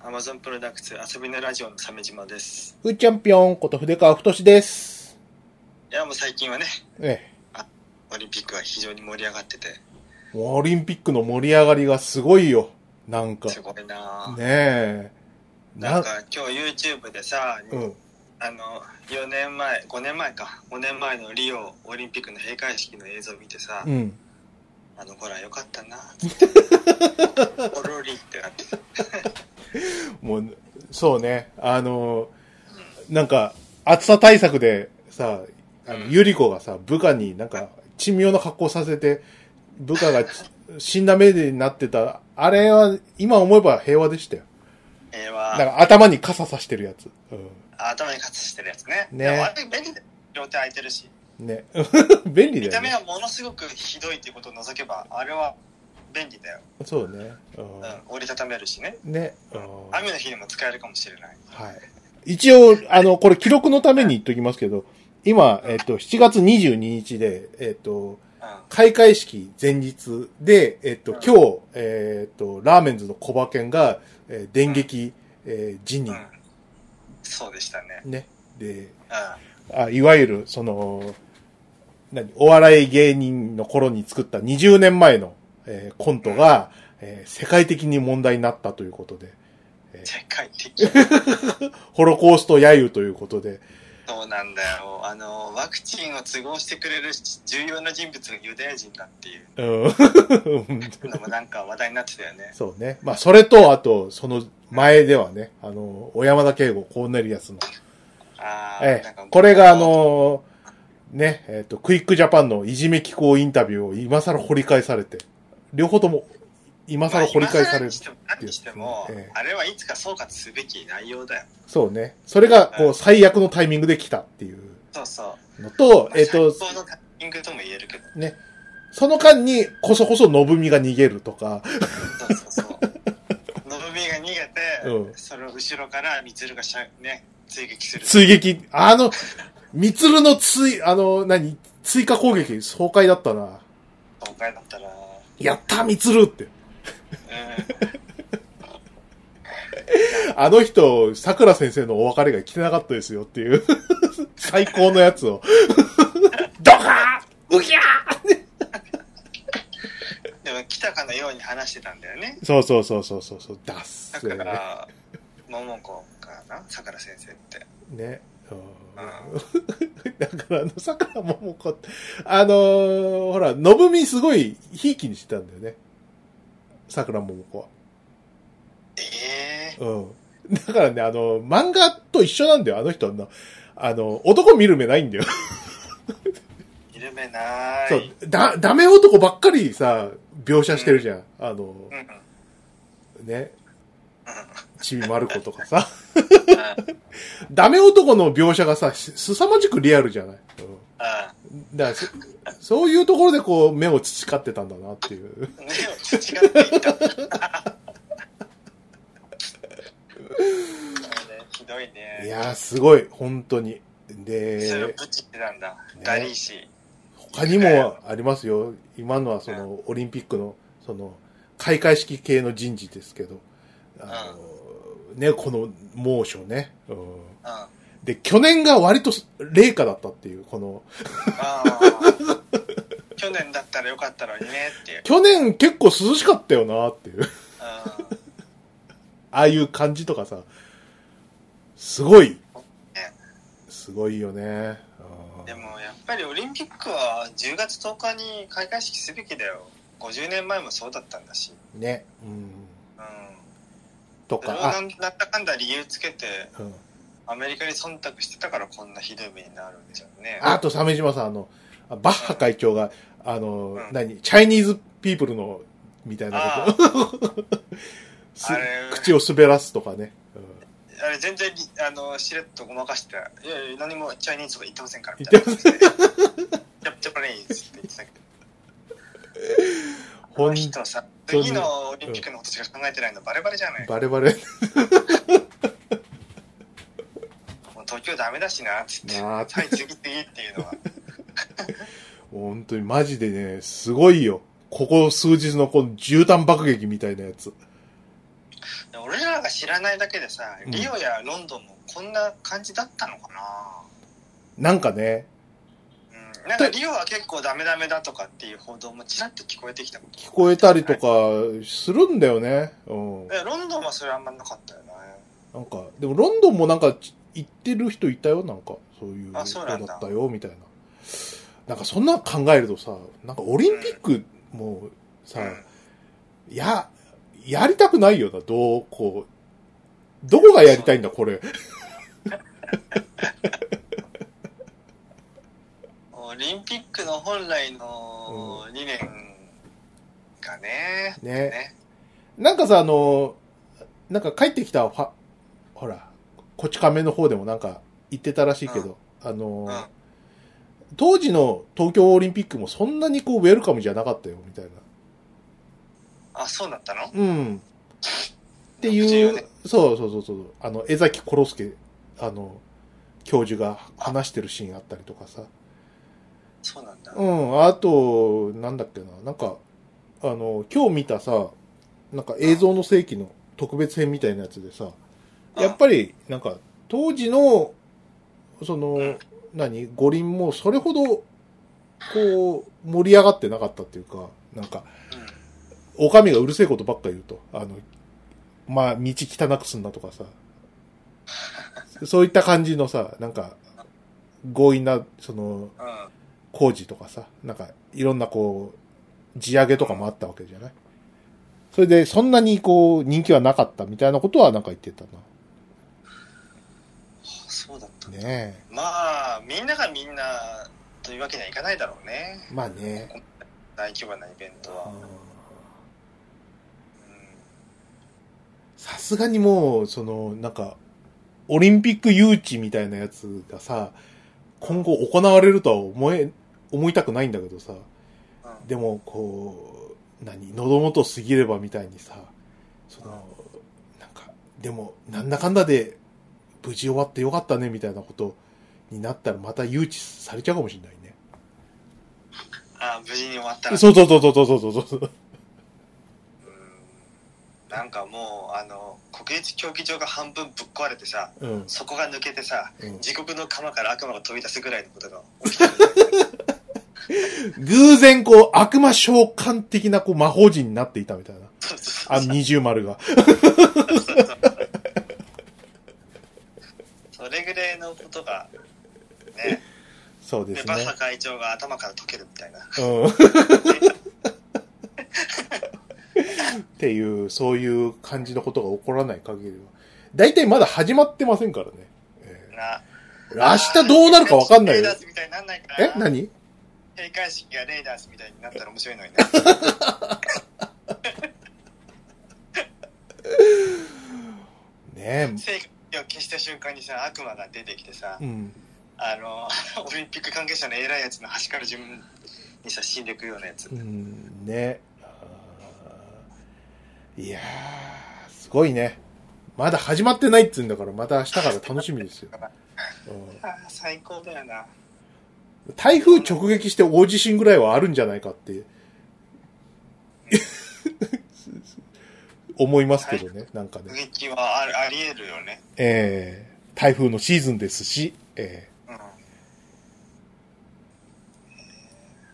アマゾンプロダクツ遊びのラジオの鮫島です。ふーちゃんぴょんこと筆川太です。いや、もう最近はね、えオリンピックは非常に盛り上がってて、え。もうオリンピックの盛り上がりがすごいよ。なんか。すごいなぁねえ。なんか今日 YouTube でさ、うん。あの、4年前、5年前か、5年前のリオオリンピックの閉会式の映像を見てさ、うん。あの頃は良かった なぁって。ポロリってなって。もう、そうね。あの、なんか、暑さ対策でさ、あの、うんゆり子がさ、部下になんか、珍妙な格好させて、部下が死んだ目になってた、あれは、今思えば平和でしたよ。えーなんは、か頭に傘さしてるやつ。う頭にカツしてるやつね。ねでもあれ便利で両手空いてるし、ん。ね。 便利見だたよ目ね。はものすごくひどいっていうことを除けば、あれは便利だよ。そうね。うんうん、折りたためるしね。ね。うん雨の日にも使えるかもしれない。はい。一応、あの、これ記録のために言っときますけど、今、えっと、7月22日で、えっと、う開会式前日で、えっと、うん今日、えっと、ラーメンズの小馬券が、えー電撃、えー辞ん。う任ん、。そうでしたね。ね。で、うあいわゆる、その、何、お笑い芸人の頃に作った20年前の、えーコントが、えー世界的に問題になったということで、ん。世界的。ホロコースト揶揄ということで、そうなんだよ。あの、ワクチンを都合してくれる重要な人物がユダヤ人だっていううん。。のもなんか話題になってたよねそうね。まあ、それと、あと、その前ではね、あの、小山田圭吾、コーネリアスの。ああ、えなんかえ、これが、あ、のーね、えっ、と、クイックジャパンのいじめ機構インタビューを今更掘り返されて、両方とも、今まあ更掘り返さ今れ更るに。しても何にしても、ええあれはいつか総括すべき内容だよ。そうね。それが、はこう、い最悪のタイミングで来たっていうそうそう。のと、えっ、まあと、最高のタイミングとも言えるけど。ね、その間に、こそこそ信みが逃げるとか、そうそうそう。 のぶみが逃げて、うんその後ろからみつるがしゃ、ね、追撃する。追撃、あの、ミツルの追、あの、何、追加攻撃、爽快だったな。今回だったら、やった、ミツルって。う あの人、桜先生のお別れが来てなかったですよっていう、 最高のやつを。 ドカーンウギャーん、でも来たかのように話してたんだよねそうそうそうそうそうそう、ダッだセかー。ら桃子かなさくら先生ってね。うんうん だから、あの、桜ももこ、あのーほら、のぶみすごい、ひいきにしてたんだよね。桜ももこは。ええうん。だからね、あの、漫画と一緒なんだよ、あの人の。あの、男見る目ないんだよ。見る目なそ。ーいうだ、ダメ男ばっかりさ、描写してるじゃん。あの、うんうんうんね、ちびまる子とか さ。あダメ男の描写がさ、す凄まじくリアルじゃない、あうん、だからそ、そういうところでこう、目を培ってたんだなっていう。目を培って いったこれひどいねいやー、すごい、本当に。それをで、ぶちってたんだ、ダリーシ他にもありますよ。今のはその、オリンピックの、その、開会式系の人事ですけど、あの、ね、この猛暑ね。うんうんあで、去年が割と冷夏だったっていう、この、あ 去年だったらよかったのにねっていう去年結構涼しかったよなっていう、 ああいう感じとかさ、すごい。すごいよね。うんうでんもやっぱりオリンピックは10月10日に開会式すべきだよ50年前もそうだったんだしね。うん。うんとそれをか、なあ、んなんだかんだ理由つけてうん、アメリカに忖度してたからこんなひどい目になるんじゃんねあと、鮫島さん、あの、バッハ会長が、あの、うん何、チャイニーズピープルの、みたいなこと、 すあれ口を滑らすとかね。うんああれ全然りあのしれっとごまかしてたいやいや何もチャイニーズとか言ってませんからみたいな感じでジャジャパニーズって言ってたけどこほのん、人さ当に次のオリンピックのことしか考えてないのバレバレじゃないバ レバレ。もう東京ダメだしなっつってなはあい次次っていうのは本当にマジでね、すごいよ。ここ数日のこの絨毯爆撃みたいなやつ。で俺らがか知らないだけでさ、リオやロンドンもこんな感じだったのかなんかね、な。うん。なんかリオは結構ダメダメだとかっていう報道もちらっと聞こえてきたこと聞こえたりと。かするんだよね。うん。えロンドンはそれあんまなかったよね。なんか、でもロンドンもなんか行ってる人いたよ、なんか。そういうあそうなんだだったよ、みたいな。なんかそんな考えるとさ、なんかオリンピックもさ、うんや、やりたくないよな、どう、こう。どこがやりたいんだ、これ。オリンピックの本来の理念がね、ね。ね。なんかさ、あの、なんか帰ってきたファ、ほら、こち亀の方でもなんか言ってたらしいけど、あの、うん。当時の東京オリンピックもそんなにこうウェルカムじゃなかったよ、みたいな。あ、そうだったのうん。ってい64う、年そうそうそうそう、あの、江崎コロスケ、あの、教授が話してるシーンあったりとかさ。そうなんだ。うん、あと、なんだっけな、なんか、あの、今日見たさ、なんか映像の世紀の特別編みたいなやつでさ、やっぱり、なんか、当時の、その、うん何、五輪もそれほど、こう、盛り上がってなかったっていうか、なんか、うん。おかみがうるせえことばっか言うと。あの、まあ、道汚くすんなとかさ。そういった感じのさ、なんか、強引な、その、うん。工事とかさ、なんか、いろんなこう、地上げとかもあったわけじゃないそれで、そんなにこう、人気はなかったみたいなことはなんか言ってたな。そうだったんだ。ねまあ、みんながみんなというわけにはいかないだろうね。え。まあね。大規模なイベントは。うんさすがにもう、その、なんか、オリンピック誘致みたいなやつがさ、今後行われるとは思え、思いたくないんだけどさ、うんでも、こう、何、喉元過ぎればみたいにさ、その、なんか、でも、なんだかんだで、無事終わってよかったね、みたいなことになったら、また誘致されちゃうかもしれないね。あ無事に終わったら。そうそうそうそうそうそうそう。うんなんかもう、あの、国立競技場が半分ぶっ壊れてさ、うん。そこが抜けてさ、うん地獄の釜から悪魔が飛び出すぐらいのことが起きてる。偶然、こう、悪魔召喚的な、こう、魔法陣になっていたみたいな。そうそうあそうの二重丸が。それぐらいのことが、ね。そうでで、すバッハね。会長が頭から溶けるみたいな。うん。っていう、そういう感じのことが起こらない限りは。大体まだ始まってませんからね。えなー明日どうなるかわかんないよレイダ。ースみたいになんないかえら。何閉会式がレイダースみたいになったら面白いのにね。ね成果を消した瞬間にさ、悪魔が出てきてさえ。う、ん。あの、 オリンピック関係者の偉いやつの端から順にさ、死んでいくようなやつう。ん、ねあーいやー、すごいね。まだ始まってないっつうんだから、また明日から楽しみですよ。うんあー最高だよな。台風直撃して大地震ぐらいはあるんじゃないかって、 思いますけどね、なんか不ね。撃はあるあり得るよね。えー、台風のシーズンですし、えうん。あ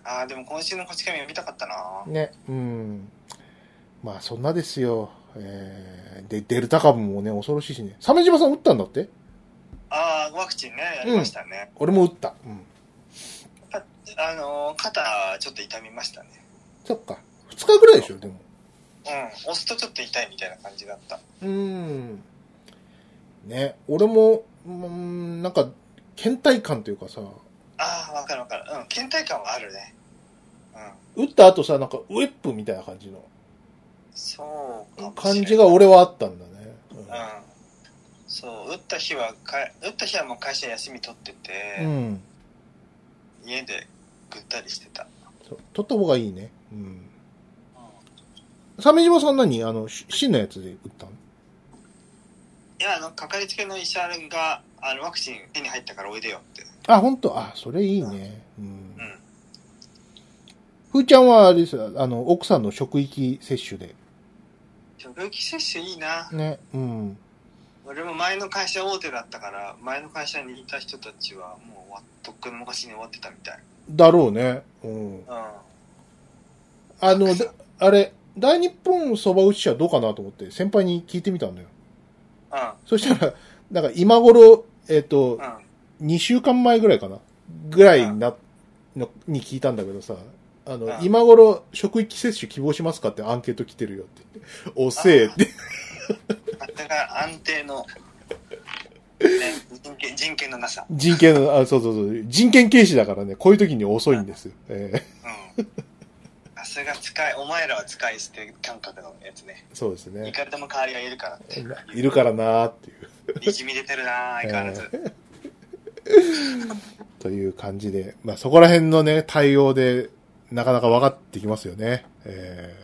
あ、でも今週のこち亀読みたかったなー、。ね、うん。まあ、そんなですよ。えー、で、デルタ株もね、恐ろしいしね。鮫島さん打ったんだってああ、ワクチンね、やりましたね。俺も打った。うん。あのー、肩、ちょっと痛みましたね。そっか。二日ぐらいでしょ、でも。うん。押すとちょっと痛いみたいな感じだった。うん。ね、俺も、うん、なんか、倦怠感というかさ、ああ、わかるわかる。うん。倦怠感はあるね。うん。打った後さ、なんか、ウェップみたいな感じの。そうかもしれな感いじが俺はあったんだね。うんそう打った日はか打った日はもう会社休み取ってて、うん。うん、家でぐったりしてた、そう取った方がいいね。うん。鮫島さん何あの、し死のやつで打ったのいやあのかかりつけの医者があのワクチン手に入ったからおいでよってあ、本当あ、それいいね。うんう。んふーちゃんはあれですよあの、奥さんの職域接種で。でもルーキー接種いいな。ね。うん。俺も前の会社大手だったから、前の会社にいた人たちはもう終わっとっくの昔に終わってたみたい。だろうね。うん。うん。あの、だあれ、大日本そば打ち社どうかなと思って、先輩に聞いてみたんだよ。うそしたら、なんか今頃、えっ、と、ん。うん。 2週間前ぐらいかなぐらいな、のに聞いたんだけどさ、あの、うん今頃、職域接種希望しますかってアンケート来てるよって言って、おせえって。あったか安定の、ね、人権、人権のなさ。人権の、あ、そうそうそう、人権軽視だからね、こういう時に遅いんですよ。えうん。 さすが使い、お前らは使い捨て感覚のやつね。ーそうですいね。かれても代わりがいるからって。いるからなーっていう、にじみ出てるな相変わらず。という感じで、まあそこら辺のね、対応で、なかなか分かってきますよね。え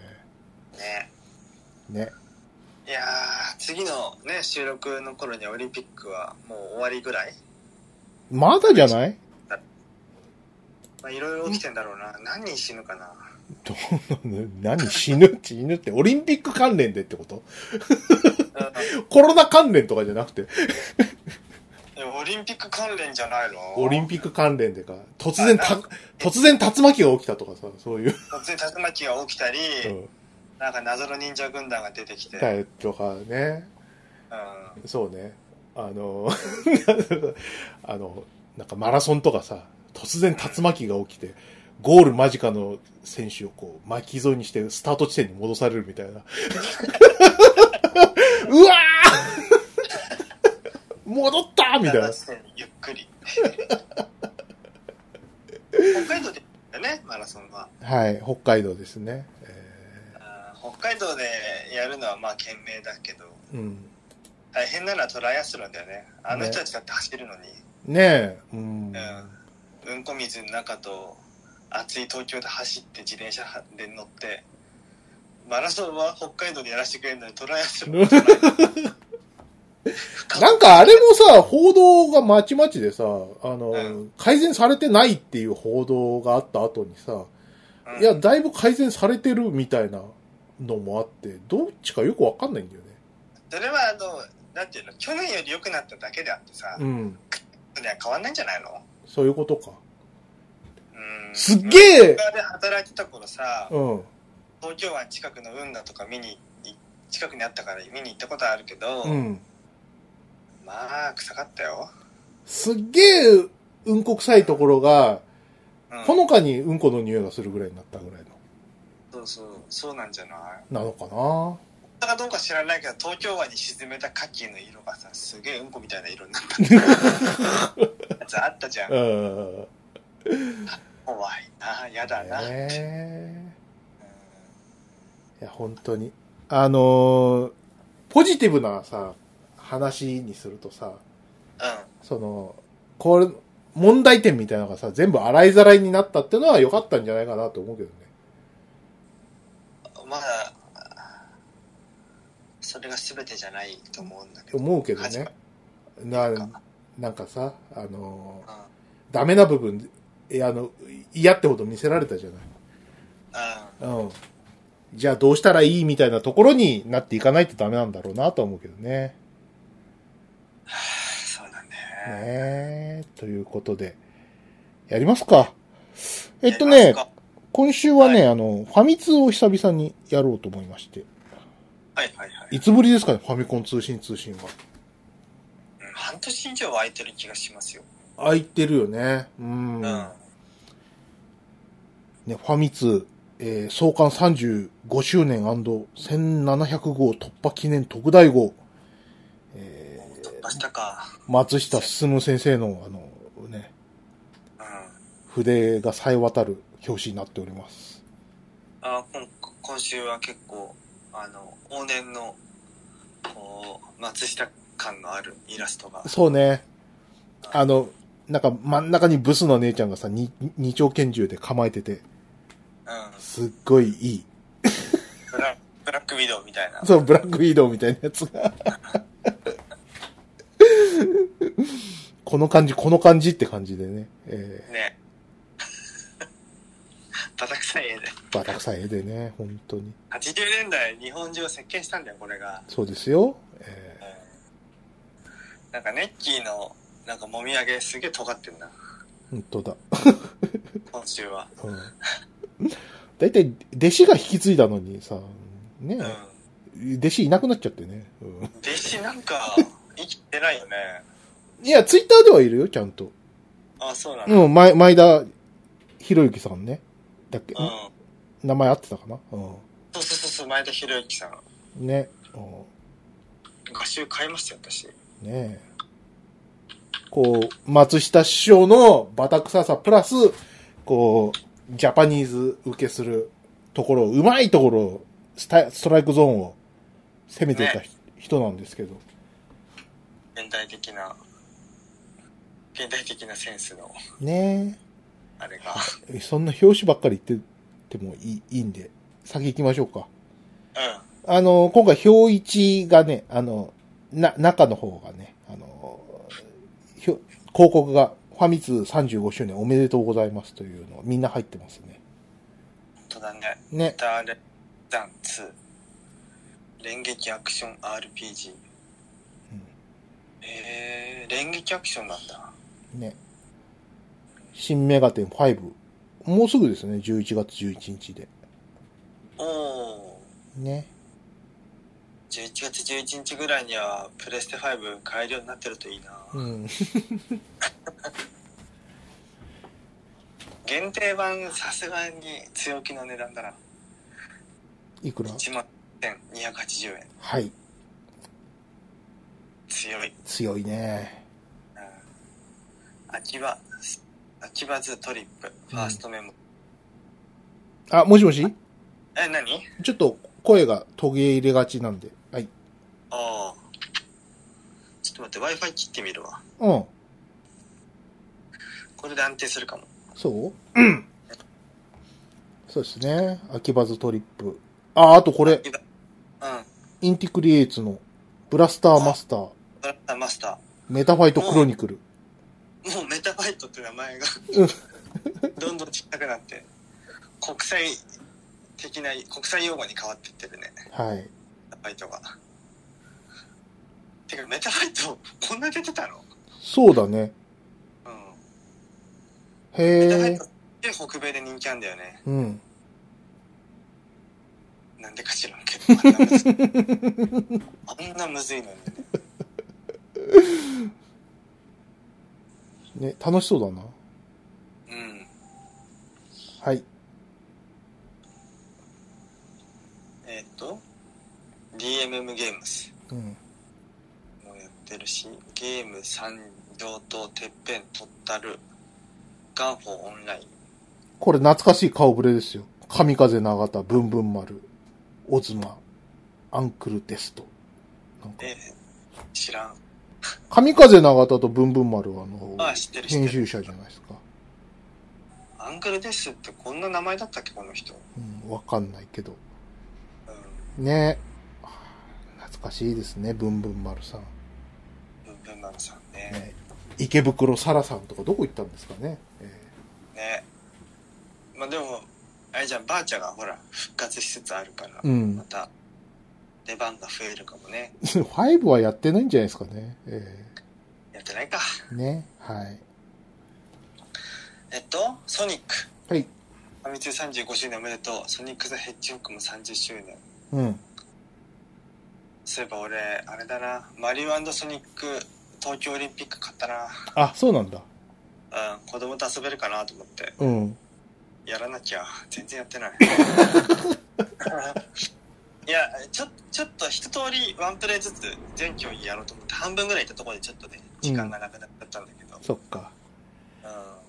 ね。ーね。いやー、次のね、収録の頃にはオリンピックはもう終わりぐらいまだじゃないまあいろいろ起きてんだろうな。何人死ぬかな。どうなの何死ぬ死ぬって、オリンピック関連でってことうんコロナ関連とかじゃなくて、いやオリンピック関連じゃないのオリンピピック関連でか、突然たあ、突然竜巻が起きたとかさ、そういう、突然竜巻が起きたり、うん、なんか謎の忍者軍団が出てきて、うん、体とかね、あそうね、あの、 あの、なんかマラソンとかさ、突然竜巻が起きて、ゴール間近の選手をこう巻き添えにしてスタート地点に戻されるみたいな。 うわー戻ったーみたいな。ゆっくり 北海道でだねマラソンははい、北海道ですね。えあー北海道でやるのはまあ懸命だけどーうん大変なのはトライアスロンだよねあのね人たちだって走るのに、ねえ、うん。うん、うんこ水の中と暑い東京で走って自転車で乗ってマラソンは北海道でやらせてくれるのにトライアスロンはなんかあれもさ、報道がまちまちでさ、あの、うん改善されてないっていう報道があった後にさ、うんいや、だいぶ改善されてるみたいなのもあって、どっちかよくわかんないんだよね。それはあのなんていうの去年より良くなっただけであってさ、うん。それは変わんないんじゃないのそういうことか。うんすっげえ僕がで働いてた頃さ、うん。東京湾近くの運河とか見にい近くにあったから見に行ったことあるけど、うん。まあ臭かったよ、すっげえ、うんこ臭いところが、うん、ほのかにうんこの匂いがするぐらいになったぐらいそうそうそうなんじゃないの、なのかだなかどうか知らないけど東京湾に沈めた牡蠣の色がさすげえうんこみたいな色になったやつあったじゃんうん。怖いなやだな、ねえいや、本当に。あのーポジティブなさ、話にするとさ、その、これ、問題点みたいなのがさ、全部洗いざらいになったってのは良かったんじゃないかなと思うけどね。うんまだそれが全てじゃないと思うんだけど思うけど始まねる。な、なんかさ、あのうんーダメな部分、いや、あの、嫌ってほど見せられたじゃない。ううん。じゃあどうしたらいいみたいなところになっていかないとダメなんだろうなとは思うけどね。ん、そうだね。ねえ、ということで、やりますか。えっとやりねま、すか今週はね、はあの、ファミ通を久々にやろうと思いまして。はいはいはい。いつぶりですかね、ファミコン通信通信は。うん半年以上は空いてる気がしますよ。空いてるよね。うん。うん。ね、ファミ通、えー創刊35周年 &1700 号突破記念特大号。え突破したか。ー松下進先生の、あの、ね、うん。筆が冴え渡る表紙になっております。あ今今週は結構、あの、往年の、こう、松下感のあるイラストが。そうね。あの、なんか真ん中にブスの姉ちゃんがさ、に二丁拳銃で構えてて、うん。すっごいいい。ブラブラックビデオみたいな。そう、ブラックウィードウみたいなやつ が。この感じ、この感 じって感じでね。えね。バタ臭い絵で。ー、バたくさん絵でね、本当に。 80年代日本中を席巻したんだよこれが、そうですよ。えうんなんかネッキーのなんかもみあげすげえ尖ってんなー、本当だ。今週はうん。だいたい、弟子が引き継いだのにさ、ねうん、弟子いなくなっちゃってね。うん弟子なんか生きてないよねいや、ツイッターではいるよ、ちゃんと。あそうなんだうん、うん、前、前田博之さんね。だっけ、ん名前合ってたかなうそうそうそうそう前田博之さんん。ね。うん画集買いましたよ私ねえ。こう、松下師匠のバタ臭さプラス、こう、ジャパニーズ受けするところを、うまいところをスタ、ストライクゾーンを攻めていた人人なんですけど、現代的な現代的なセンスのねあれ がえ。そんな表紙ばっかり言っててもいいいいんで、先行きましょうか。うんあの、今回表一がね、あの、な、中の方がね、あの、ひょ広告がファミ通35周年おめでとうございますというのがみんな入ってますね。本当だねね。ダーレダン2連撃アクション RPG、うんえー、連撃アクションなんだね。新メガテン5。もうすぐですね、11月11日で。おおね。ー11月11日ぐらいにはプレステ5買えるようになってるといいな、うん。 限定版さすがに強気の値段だないくら1万1280円はい。強い、強いね。うん、秋葉秋葉ズトリップファーストメモ、あ、もしもしえ何ちょっと声が途切れがちなんで。はい。ああちょっと待って Wi-Fi 切ってみるわうん。これで安定するかもそうそうですね。秋葉ズトリップ。あ、あとこれ、うんインティクリエイツのブラスターマスター、ブラッターマスタメタファイトクロニクル。ー。もうメタバイトって名前がどんどんちっちゃくなって、国際的な、国際用語に変わってってるね、メはい。タバイトが。てか、メタバイト、こんな出てたのそうだね。うん。メタバへイえト。って北米で人気あんだよね。うん。なんでか知らんけど。あんなむずいのに。ね、楽しそうだうな。ん。はい。えっと、DMM ゲームス。うん。もやってるしゲーム産業とてっぺん取ったるガンフォーオンラインこれ懐かしい顔ぶれですよ。神風長田、ブンブン丸、オズマ、アンクルテスト。なんかえー知らん神風長田とブンブン丸はあの、あ知ってる知って編る集者じゃないですか。アンクルデスってこんな名前だったっけこの人、うん、わかんないけど。うね懐かしいですね、ブンブン丸さん。ん、ブンブンマンさんねね、池袋サラさんとかどこ行ったんですかね。えねまあでもあれじゃんばあちゃんがほら復活しつつあるから、ーうん ま。た出番が増えるかもね5はやってないんじゃないですかね。えやってないかーね。はい。えっとソニックはい。ファミ通35周年おめでとうソニック・ザ・ヘッジホックも30周年うん。そういえば俺あれだなマリオソニック東京オリンピック買ったなあ、そうなんだ。うん子供と遊べるかなと思ってうん。やらなきゃ全然やってない いやちょちょっと一通りワンプレイずつ全競技やろうと思って半分ぐらい行ったところでちょっとね時間がなくなっちゃったんだけど、うんそっか。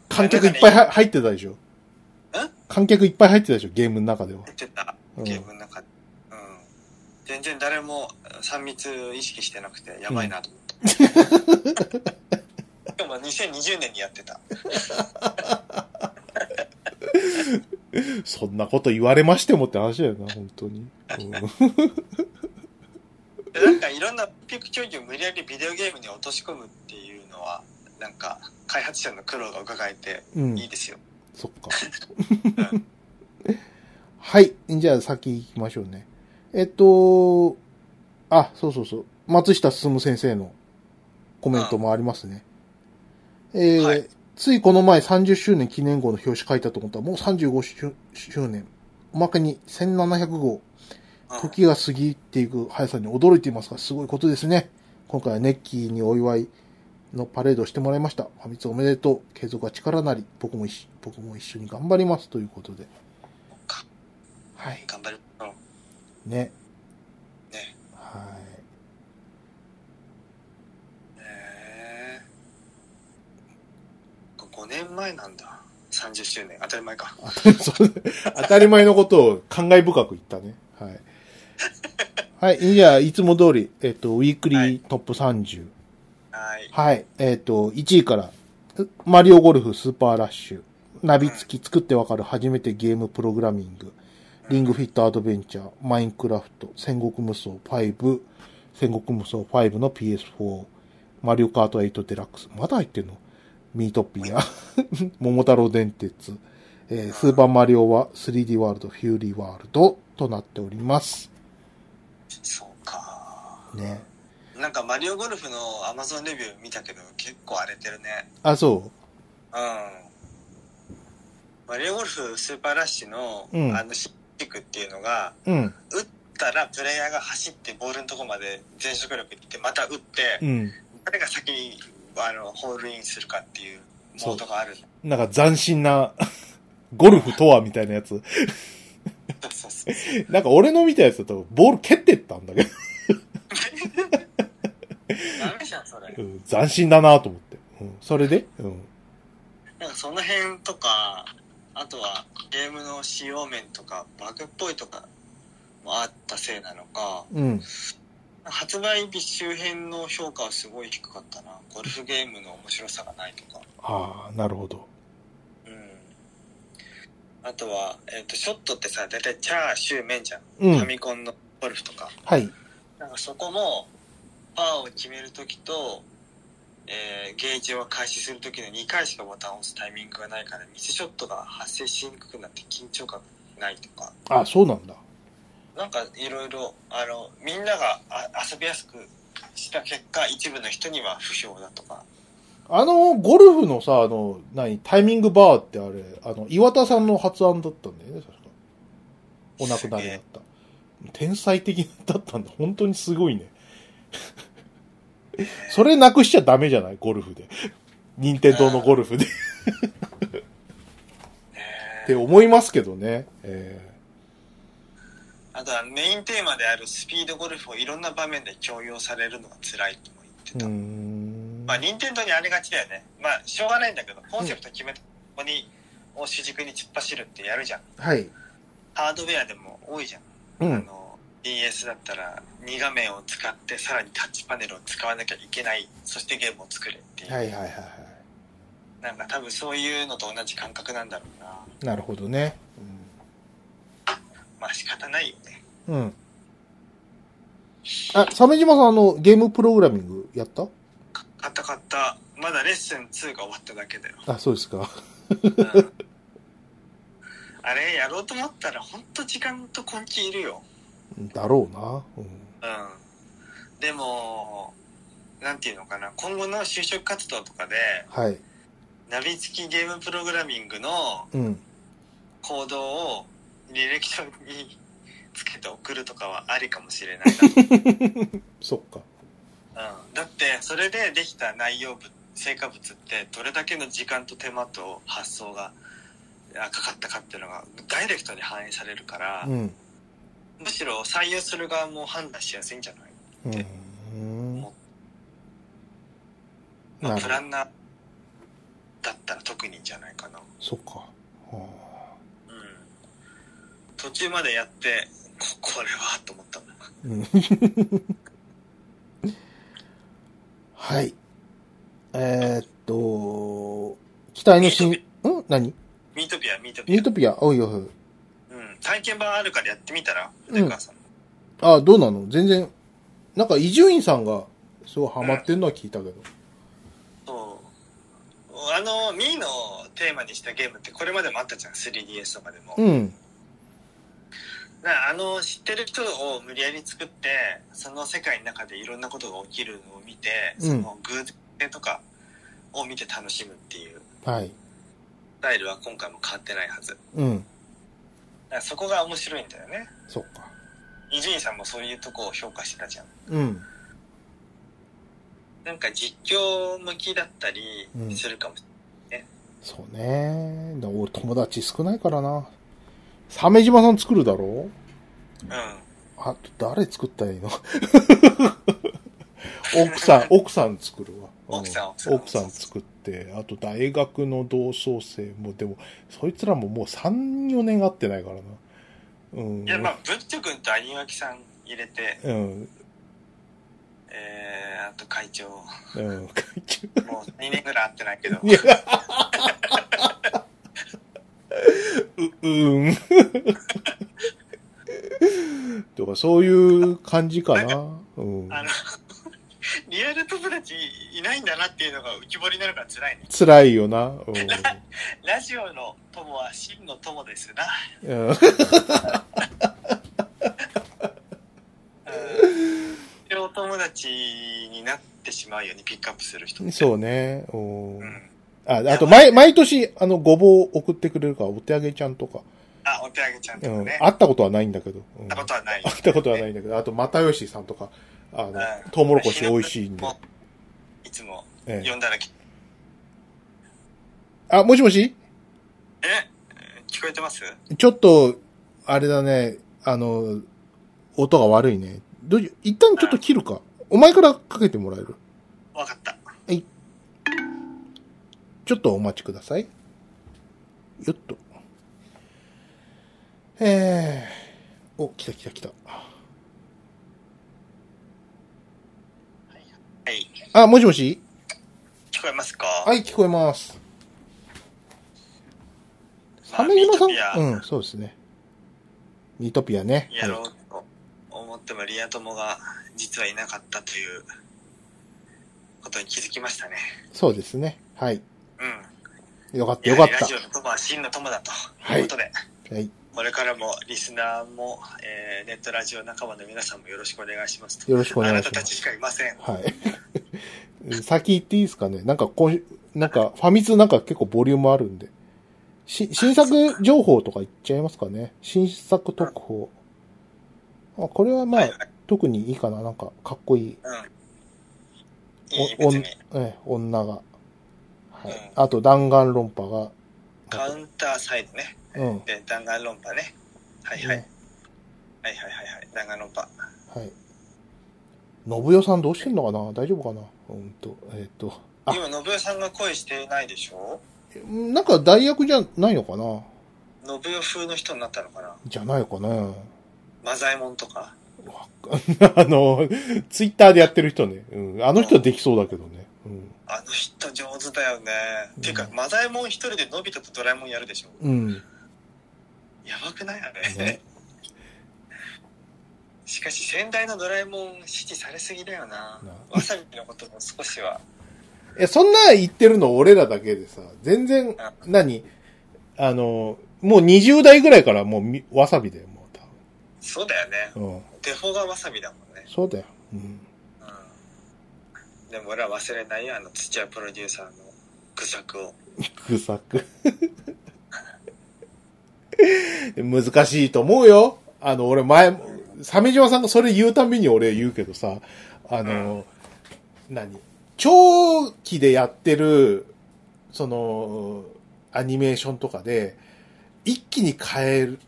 観客いっなんぱいかねは入ってたでしょ。観客いっぱい入ってたでしょ、ゲームの中では。やってたうんゲームの中でうん、全然誰も3密意識してなくてやばいなと思った、でも2020年にやってたそんなこと言われましてもって話だよな、本当に。うんでなんかいろんなピック競技を無理やりビデオゲームに落とし込むっていうのはなんか開発者の苦労が伺えてうんいい。ですよ、そっか。はい。じゃあ先行きましょうね。えっと、あ、そうそうそう。松下進先生のコメントもありますね。えーはいついこの前30周年記念号の表紙書いたと思ったらもう35周周年。おまけに1700号。うん時が過ぎていく速さに驚いていますが、すごいことですね。今回はネッキーにお祝いのパレードをしてもらいました。ファミツおめでとう。継続は力なり。僕も一緒僕も一緒に頑張ります。ということでか。はい。頑張る。うんね。ね。はい。へー5年前なんだ。30周年。当たり前か。当たりそう当たり前のことを感慨深く言ったね。はい。はい。じゃあ、いつも通り、えっ、と、ウィークリートップ30。はい。はい。えっ、と、1位から、うマリオゴルフスーパーラッシュ、ナビ付き作ってわかる初めてゲームプログラミング、リングフィットアドベンチャー、マインクラフト、戦国無双5、戦国無双5の PS4、マリオカート8デラックス、まだ入ってんのミートピア、 桃太郎電鉄、えースーパーマリオは 3D ワールド、フューリーワールドとなっております。そうか。ね。なんかマリオゴルフの Amazon レビュー見たけど、結構荒れてるね。あ、そうん。マリオゴルフスーパーラッシュの、うんあのシックっていうのが、う。うん。打ったらプレイヤーが走ってボールのとこまで全速力行って、また打って、うん。誰が先にあのホールインするかっていうモードが ある。なんか斬新な、 ゴルフとはみたいなやつ。そうそうそう。なんか俺の見たやつだと、ボール蹴ってったんだけど、ダメじゃん、それう。ん斬新だなと思って。うん、それで、うん、なんかその辺とか、あとはゲームの使用面とか、バグっぽいとかもあったせいなのか、うん、発売日周辺の評価はすごい低かったな。ゴルフゲームの面白さがないとか。ああ、なるほど。うん。あとは、えっ、と、ショットってさ、だいたいチャー、シュー、メンじゃん。うファん、ミコンのゴルフとか。はい、なんかそこも、パーを決めるときと、えーゲージを開始するときの2回しかボタンを押すタイミングがないから、ミスショットが発生しにくくなって緊張感がないとか、あそうなんだ。なんかいろいろ、あの、みんながあ遊びやすくした結果、一部の人には不評だとか。あの、ゴルフのさ、あの、何、タイミングバーってあれ、あの、岩田さんの発案だったんだよね、確か。お亡くなりだった。天才的だったんだ。本当にすごいね。それなくしちゃダメじゃないゴルフで。 任天堂のゴルフ で。っねて思いますけどね。えあとはメインテーマであるスピードゴルフをいろんな場面で強要されるのが辛いとも言ってー、うた。ーん。まあ、任天堂にあれがちだよね。まあ、しょうがないんだけど、コンセプト決めた、ここに、を主軸に突っ走るってやるじゃん。はい。ハードウェアでも多いじゃん。うあん。の、DS だったら、2画面を使って、さらにタッチパネルを使わなきゃいけない。そしてゲームを作れっていう。はいはいはいはい。なんか多分そういうのと同じ感覚なんだろうな。なるほどね。まあ仕方ないよね。うん。うん、あ、鮫島さん、あの、ゲームプログラミングやったか買った買った。まだレッスン2が終わっただけだよ。あ、そうですか。うん、あれ、やろうと思ったら、ほんと時間と根気いるよ。だろうな。ううん。んでも、なんていうのかな、今後の就職活動とかで、はい。ナビ付きゲームプログラミングのうん。行動を履歴書につけて送るとかはありかもしれないそっか。な。うん、だって、それでできた内容物、成果物って、どれだけの時間と手間と発想があかかったかっていうのが、ダイレクトに反映されるから、うん。むしろ採用する側も判断しやすいんじゃないうん。まなあ、るプほラど。ンナーだったら特にじゃないかな、そっか。はうん、途中までやってここれはと思ったんだあうん はい。えーっと、期待の新、ん何ミートピアミートピアユートピア、おいおいおうい。ん、体験版あるからやってみたらん筆川さん、あ、どうなの全然、なんか伊集院さんが、すごいハマってるのは聞いたけど。そうあのミーのテーマにしたゲームってこれまでもあったじゃん 3DS とかでも、うん。なあの知ってる人を無理やり作ってその世界の中でいろんなことが起きるのを見てうんその偶然とかを見て楽しむっていうはい。スタイルは今回も変わってないはずだかうん。らそこが面白いんだよねそっか。伊集院さんもそういうとこを評価してたじゃんうん。なんか実況向きだったりうんするかも、そうね。でも俺友達少ないからな。鮫島さん作るだろうんあと誰作ったらいいの 奥さん、奥さん作るわ。う奥さん奥さん奥さん作って、あと大学の同窓生も、でも、そいつらももう3、4年会ってないからな。うん。いやまあブッチョ君と兄脇さん入れてうん。えー、あと会長もうん。会長う2年ぐらい会ってないけどいや。う、うん。とか、そういう感じかな。うん。あの リアル友達いないんだなっていうのが浮き彫りになるから辛いね辛いよな。うん。ラジオの友は真の友です な。うん一応友達になってしまうようにピックアップする人。そうね。うんう。ん。あ、あと、毎、毎年、あの、ごぼう送ってくれるから、お手上げちゃんとか。あ、お手上げちゃんうとかん。ね。会ったことはないんだけど。うん会ったことはない。会ったことはないんだけど、あと、又吉さんとか、あのう、んトウモロコシ美味しいんで。もういつもええ呼んだらき、あ、もしもしえ聞こえてますちょっと、あれだね、あの、音が悪いね。どうし一旦ちょっと切るか。お前からかけてもらえるわかった。ちょっとお待ちください。よっと。えー。お、来た来た来た。はい。あ、もしもし聞こえますか。はいい、聞こえます。まあ鮫島さミートピアんうん、そうですね。ニートピアね。やろうと思ってもリア友が実はいなかったということに気づきましたね。そうですね。はい。うん。よかっいた、やよかっラジオた。の友は真の友だとはいいうことで、はい。これからもリスナーも、えーネットラジオ仲間の皆さんもよろしくお願いしますと。よろしくお願いしますあなたたちしかいません。はい。 先言っていいですかねなんか今週、なんか、ファミ通なんか結構ボリュームあるんで。し、新作情報とか言っちゃいますかね新作特報。あ、これはまはあい、はい特にいいかななんか、かっこいい。うん。いい、お別女に。ええ、女が。はうんい。あと、弾丸論破が。カウンターサイドね。うん。で、弾丸論破ね。はいはい。ねはいはいはいはい。弾丸論破。はい。信代さんどうしてんのかな大丈夫かなうんと、えっ、と。あ、今、信代さんが恋してないでしょなんか代役じゃないのかな信代風の人になったのかなじゃないかなマザイモンとか。わか あの、ツイッターでやってる人ね。うん。あの人できそうだけどね。あの人上手だよね。うんていうか、マザイモン一人でのび太とドラえもんやるでしょうん。うん。やばくないあれ。ね しかし先代のドラえもん支持されすぎだよななわさびのことも少しは え、そんな言ってるの俺らだけでさ、全然、何あの、もう20代ぐらいからもうみわさびだよ、もうそうだよね多分。うん。デフォがわさびだもんね、そうだよ。うん。うん、でも俺は忘れないよあの土屋プロデューサーの愚策を愚策。 難しいと思うよ。あの、俺前、鮫島さんがそれ言うたびに俺言うけどさ、あの、何長期でやってる、その、アニメーションとかで、一気に変える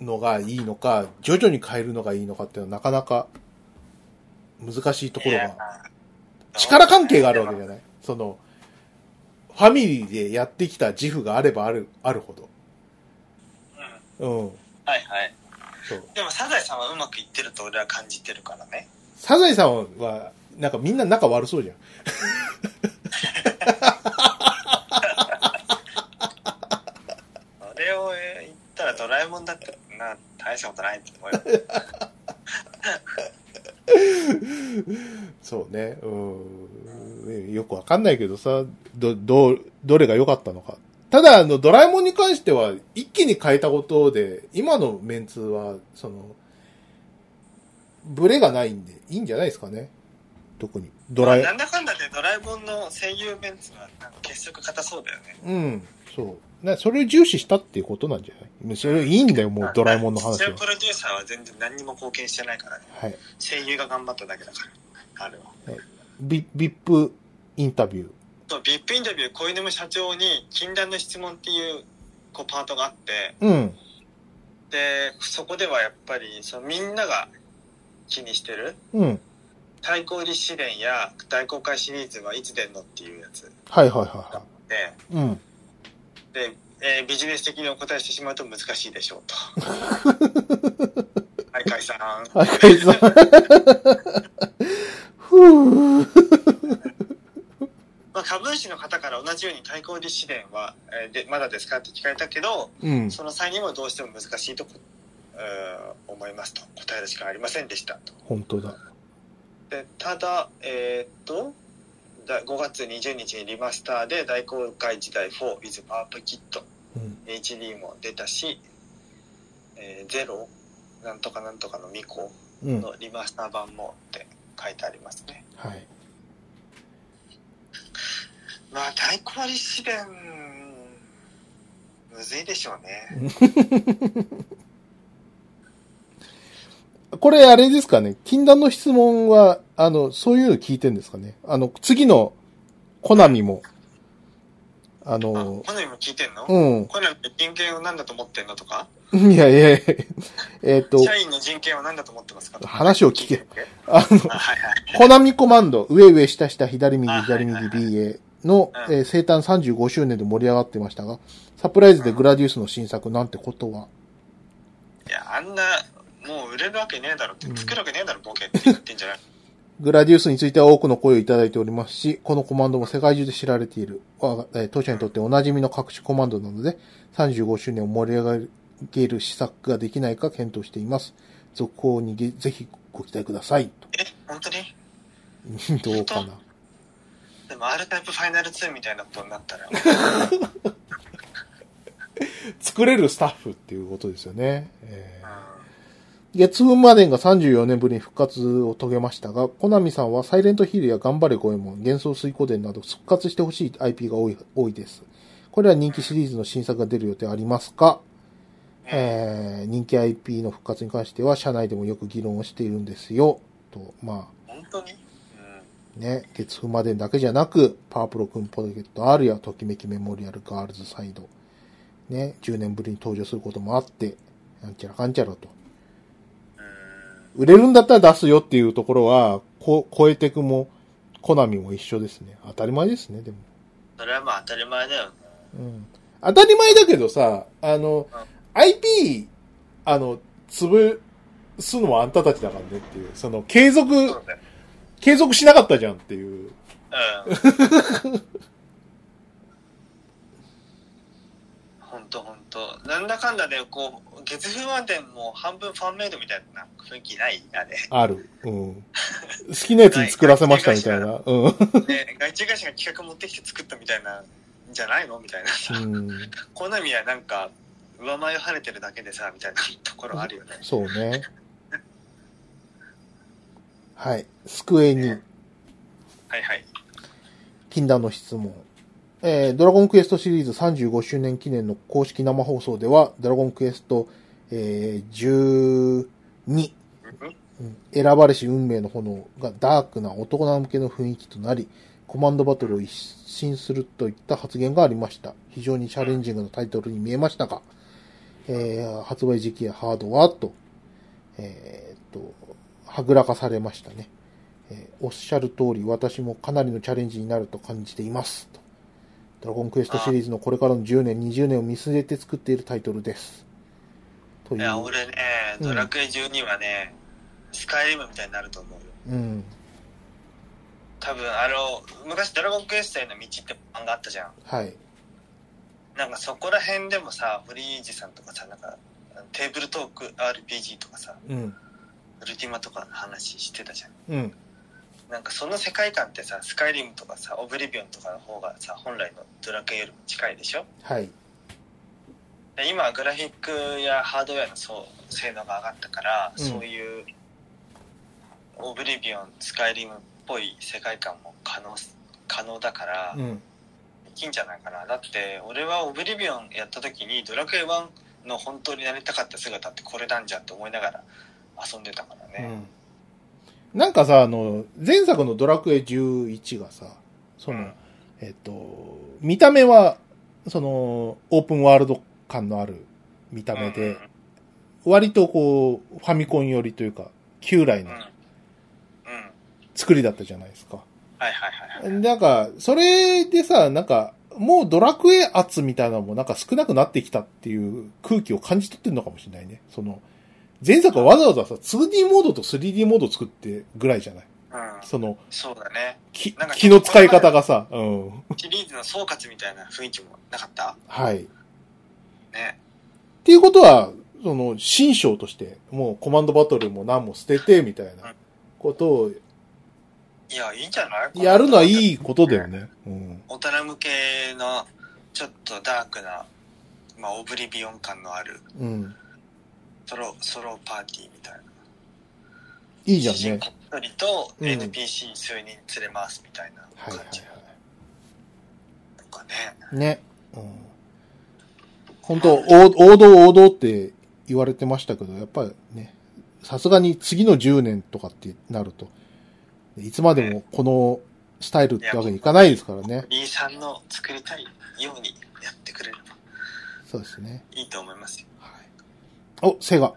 のがいいのか、徐々に変えるのがいいのかっていうのはなかなか難しいところが力関係があるわけじゃない。その、ファミリーでやってきた自負があればある、あるほうど。んうん。はいはいそう。でもサザエさんはうまくいってると俺は感じてるからねサザエさんは、なんかみんな仲悪そうじゃん。あれをえー言ったらドラえもんだってな大したことないと思うよそうね。うん。ねよくわかんないけどさ、ど、どう、どれが良かったのかっただ、あの、ドラえもんに関しては、一気に変えたことで、今のメンツは、その、ブレがないんで、いいんじゃないですかね。特に。ドラえ、なんだかんだでドラえもんの声優メンツはなんか結束硬そうだよね。うん、そう。な、それを重視したっていうことなんじゃないそれいいんだよ、もうドラえもんの話シはェ。プロデューサーは全然何にも貢献してないからね。はい。声優が頑張っただけだから。あれは。ビビップインタビュー。と、ビップインタビュー、小犬社長に禁断の質問っていう、こう、パートがあって、うん。で、そこではやっぱり、そのみんなが気にしてる、うん。対抗立試練や大公開シリーズはいつ出んのっていうやつはいはいはいはで、い。うん。で、えービジネス的にお答えしてしまうと難しいでしょうと。はい、解散。赤井さん。ふぅまあ、株主の方から同じように対抗立試練は、えーでまだですかって聞かれたけど、うん。その際にもどうしても難しいとこ、うー思いますと答えるしかありませんでしたと。本当だ。でただ、えーっとだ5月20日にリマスターで大公開時代 4with パワーアップキットうん。 HD も出たし、えーゼロなんとかなんとかのミコうん。のリマスター版もって書いてありますね。はい。まあ大公開試練むずいでしょうね。これ、あれですかね。禁断の質問は、あの、そういうの聞いてんですかね。あの、次の、コナミも、ああの、好みも聞いてんの、うん。好みって人権を何だと思ってんのとかいやいやいやえっと、社員の人権は何だと思ってますかとか話を聞けるわけあの、あはいはい。コナミコマンド、上上下下左右左右あはいはい BA の、うんえー生誕35周年で盛り上がってましたが、サプライズでグラディウスの新作なんてことは、いや、あんな、もう売れるわけねえだろって、うん作るわけねえだろ、ボケって言ってんじゃないグラディウスについては多くの声をいただいておりますし、このコマンドも世界中で知られている、我がえー当社にとっておなじみの各種コマンドなので、35周年を盛り上げる施策ができないか検討しています。続報にげぜひご期待ください。とえ、本当に どうかな。でも R タイプファイナル2みたいなことになったら、作れるスタッフっていうことですよね。えー月分までが34年ぶりに復活を遂げましたが、コナミさんはサイレントヒールや頑張れゴエモン、幻想水湖伝など復活してほしい IP が多い多いです。これは人気シリーズの新作が出る予定ありますか、えー、人気 IP の復活に関しては社内でもよく議論をしているんですよ。と、ま本当にうん。あね、月分までだけじゃなく、パワープロ君ポケット R やときめきメモリアルガールズサイド、ね、10年ぶりに登場することもあって、なんちゃらかんちゃらと。うん売れるんだったら出すよっていうところは、こ超えてくも、コナミも一緒ですね。当たり前ですね、でも。それはまあ当たり前だよね。うん。当たり前だけどさ、あの、IP、あの、潰すのはあんたたちだからねっていう、その、継続、そうだよ。継続しなかったじゃんっていう。うん。本当本当なんだかんだで、こう、月風満点も半分ファンメイドみたいな雰囲気ないあ れ。ある。うん。好きなやつに作らせましたみたいな。うん。で、外注会社が企画持ってきて作ったみたいなんじゃないのみたいなさ。うん。好みはなんか上前を晴れてるだけでさみたいなところあるよねそうね。はい。スクエニ。はいはい禁断の質問。えードラゴンクエストシリーズ35周年記念の公式生放送では、ドラゴンクエスト、えー12、うんうん選ばれし運命の炎がダークな大人向けの雰囲気となり、コマンドバトルを一新するといった発言がありました。非常にチャレンジングなタイトルに見えましたが、えー発売時期やハードは、と、えーっと、はぐらかされましたね。えーおっしゃる通り、私もかなりのチャレンジになると感じています。とドラゴンクエストシリーズのこれからの10年、20年を見据えて作っているタイトルです。とい。いうや俺ねうんドラクエ12はね、スカイリムみたいになると思うようん。多分あの昔ドラゴンクエストへの道って漫画あったじゃんはい。なんかそこら辺でもさ堀井ジさんとかさなんかテーブルトーク RPG とかさうん。ウルティマとかの話してたじゃんうん。なんかその世界観ってさスカイリムとかさオブリビオンとかの方がさ本来のドラクエよりも近いでしょはい。で今はグラフィックやハードウェアのそう性能が上がったから、うんそういうオブリビオンスカイリムっぽい世界観も可能可能だから、うん。できんじゃないかなだって俺はオブリビオンやった時にドラクエ1の本当になりたかった姿ってこれなんじゃって思いながら遊んでたからうね、ん。なんかさ、あの、前作のドラクエ11がさ、その、うんえっと、見た目は、その、オープンワールド感のある見た目で、うん割とこう、ファミコン寄りというか、旧来うんのうん、うん作りだったじゃないですか。はいはいはいはいなんか、それでさ、なんか、もうドラクエ圧みたいなのもなんか少なくなってきたっていう空気を感じ取ってるのかもしれないね。その、前作はわざわざさ、2D モードと 3D モードを作ってぐらいじゃないうんその、そうだねきなんか気の使い方がさ、うん。シリーズの総括みたいな雰囲気もなかったはい。っねていうことは、その、新章として、もうコマンドバトルも何も捨てて、みたいなことをいやいいんじゃないやるのはいいことだよね。うん。大人向けのちょっとダークな、まあ、オブリビオン感のあるうん。ソロソロパーティーみたいないいいじゃんね。一人とうん NPC 数人連れ回すみたいなはい感はいはじい。とかね、ね。うん。本当王王道王道って言われてましたけど、やっぱりね、さすがに次の10年とかってなると、いつまでもこのスタイルってわけにいかないですからね。 B さんの作りたいようにやってくれればそうですね。いいと思いますよ、はい。お、セガ。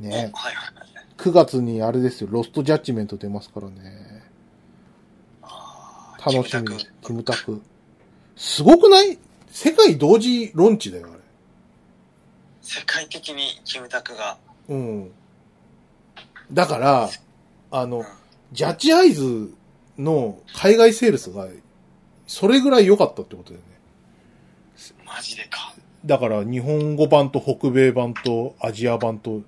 ねおはいはいはい9月にあれですよ、ロストジャッジメント出ますからね。あー楽しキみムタ。キクムタク。すごくない世界同時ロンチだよ、あ世界的にキムタクがれ。うん。だから、あうのん、ジャッジアイズの海外セールスが、それぐらい良かったってことだよね。マジでかだから、日本語版と北米版とアジア版と、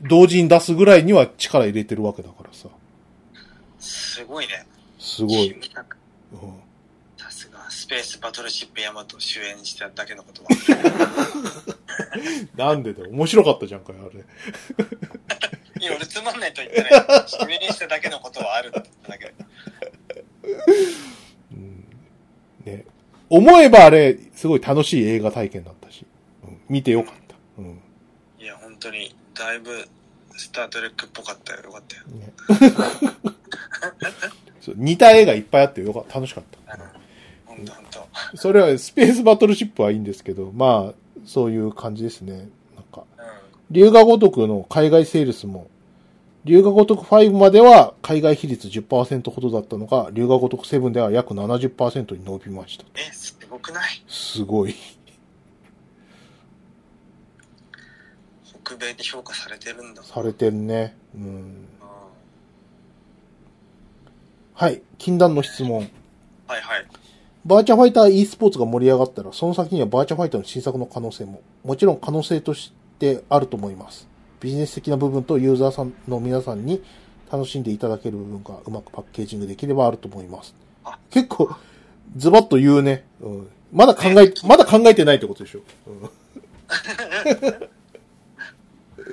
同時に出すぐらいには力入れてるわけだからさ。すごいねすごいキ。ムタクうんさすがスペースバトルシップヤマトを主演しただけのことは なんでだよ。面白かったじゃんかよ、あれ。いや俺つまんないと言ってない主演しただけのことはあるんだけどうんね。思えばあれ、すごい楽しい映画体験だったし。うん見てよかった。うんいや本当にだいぶスタートレックっぽかったよよかったよねそう似た映画いっぱいあってよか楽しかった。うん本当本当それは、スペースバトルシップはいいんですけど、まあ、そういう感じですね。なんか、う龍が如くの海外セールスも、龍が如く5までは海外比率10%ほどだったのが、龍が如く7では約70%に伸びました。んえすごくないすごい。北米で評価されてるんだされてるね。うん。うんはい。禁断の質問。はいはいバーチャファイター e スポーツが盛り上がったら、その先にはバーチャファイターの新作の可能性も、もちろん可能性としてあると思います。ビジネス的な部分とユーザーさんの皆さんに楽しんでいただける部分がうまくパッケージングできればあると思いますあ。結構、ズバッと言うね。うん、まだ考え、まだ考えてないってことでしょ。う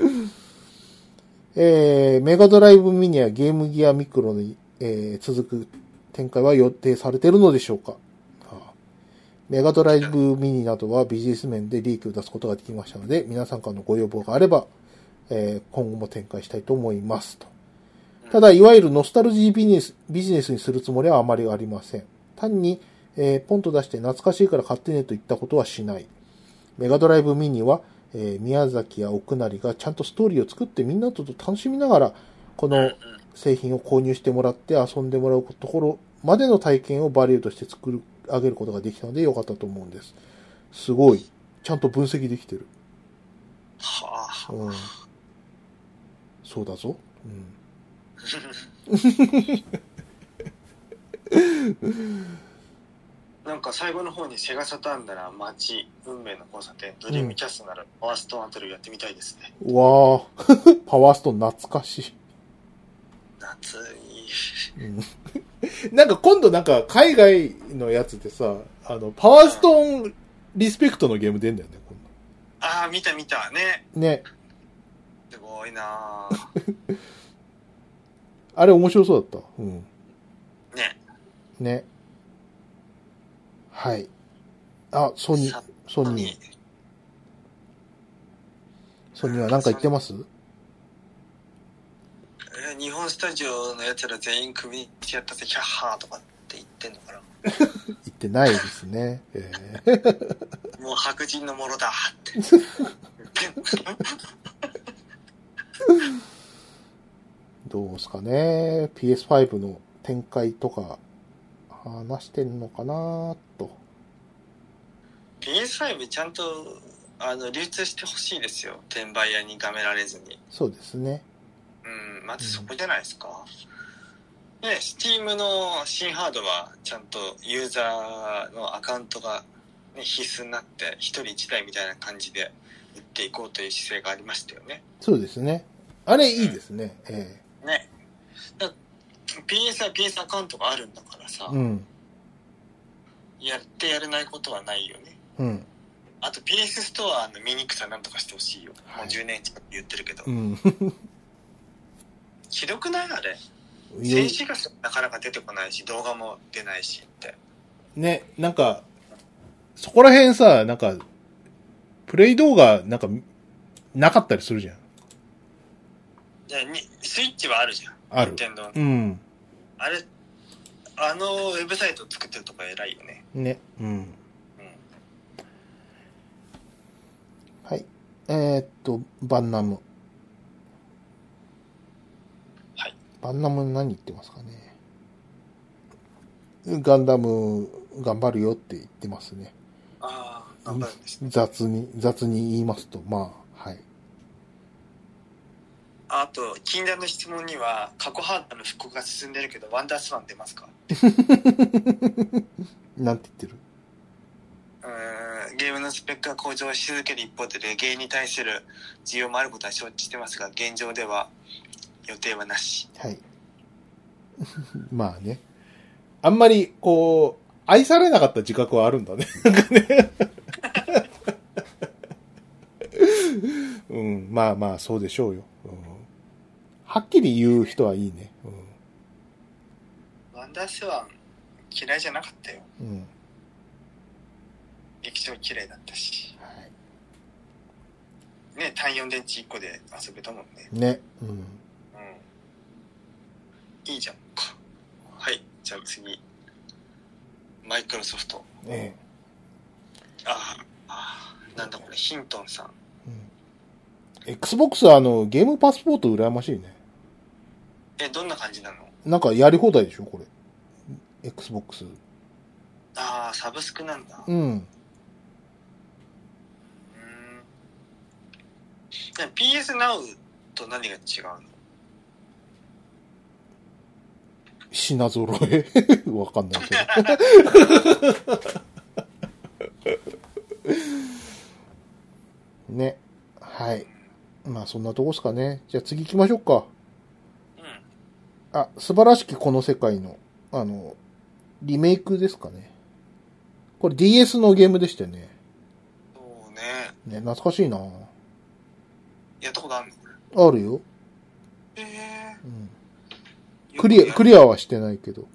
ん、えー、メガドライブミニやゲームギアミクロに、えー続く展開は予定されているのでしょうかああメガドライブミニなどはビジネス面で利益を出すことができましたので、皆さんからのご要望があれば、えー今後も展開したいと思いますと。ただ、いわゆるノスタルジービジネスビジネスにするつもりはあまりありません。単に、えーポンと出して懐かしいから買ってねといったことはしない。メガドライブミニは、えー宮崎や奥成がちゃんとストーリーを作ってみんなと楽しみながら、こうんうのん製品を購入してもらって遊んでもらうところまでの体験をバリューとして作り上げることができたので良かったと思うんです。すごい。ちゃんと分析できてる。はあうん。そうだぞ。うん。なんか最後の方にセガサターンなら街運命の交差点ドリームキャストならパワ ーストーンアトルやってみたいですね、うわあパワーストーン懐かしい。夏に、うん なんか今度なんか海外のやつでさ、あの、パワーストーンリスペクトのゲーム出んだよね、今ああ、見た見た、ね。度。ね。すごいなーあれ面白そうだった。うん。ね。ね。はい。あ、ソニーさ、ソニー、ソニーはなんか言ってますえー日本スタジオのやつら全員クビにしてやったぜ、キャッハーとかって言ってんのかな。言ってないですね。えーもう白人のものだって。 どうですかね。PS5 の展開とか話してんのかなと。 PS5 ちゃんとあの流通してほしいですよ。転売屋にがめられずに。そうですね。うん、まずそこじゃないですか。ね、Steam の新ハードはちゃんとユーザーのアカウントが、ね、必須になって一人一台みたいな感じで売っていこうという姿勢がありましたよね。そうですね。あれいいですね。えね。だ PS は PS アカウントがあるんだからさ、ーうん。やってやれないことはないよね。うん。あと PS ストアの醜さなんとかしてほしいよ。はいもう10年近く言ってるけど。 うん。ひどくないあれ。いや静止画なかなか出てこないし、動画も出ないしって。ね、なんか、そこら辺さ、なんか、プレイ動画、なんか、なかったりするじゃん。でにスイッチはあるじゃん。ある。任天堂のうん。あれ、あのウェブサイト作ってるとこ偉いよね。ね。うん。うん。はい。えーっと、バンナム。はい。バンナム何言ってますかね。ガンダム頑張るよって言ってますね。ああ、頑張るんですね。雑に、雑に言いますと、まあ、はい。あと、禁断の質問には、過去ハードの復刻が進んでるけど、ワンダースワン出ますかなんて言ってるうーんゲームのスペックが向上し続ける一方で、レゲエに対する需要もあることは承知してますが、現状では予定はなし。はい。 まあね。あんまり、こう、愛されなかった自覚はあるんだね。 なんかねうん、まあまあ、そうでしょうよ、うんはっきり言う人はいいね。ワンダースワン嫌いじゃなかったよ。うん。うん。劇場綺麗だったし。はい。ね、単4電池1個で遊べたもんね。ね。うん。うん。いいじゃんか。はい、じゃあ次。マイクロソフト。ええ。あーあー、なんだこれ、ヒントンさん。うん。Xbox はあの、ゲームパスポート羨ましいね。え、どんな感じなのなんかやり放題でしょ、これ。Xbox。ああ、サブスクなんだ。うん。うん。で PS Now と何が違うの品揃え わかんないけど。 ね。はい。まあそんなとこですかね。じゃあ次行きましょうか。うん。あ、素晴らしきこの世界の、あの、リメイクですかね。これ DS のゲームでしたよね。そうね。ね、懐かしいなやったことあるのこれ。あるよ。えうん。えクリア、クリアはしてないけど。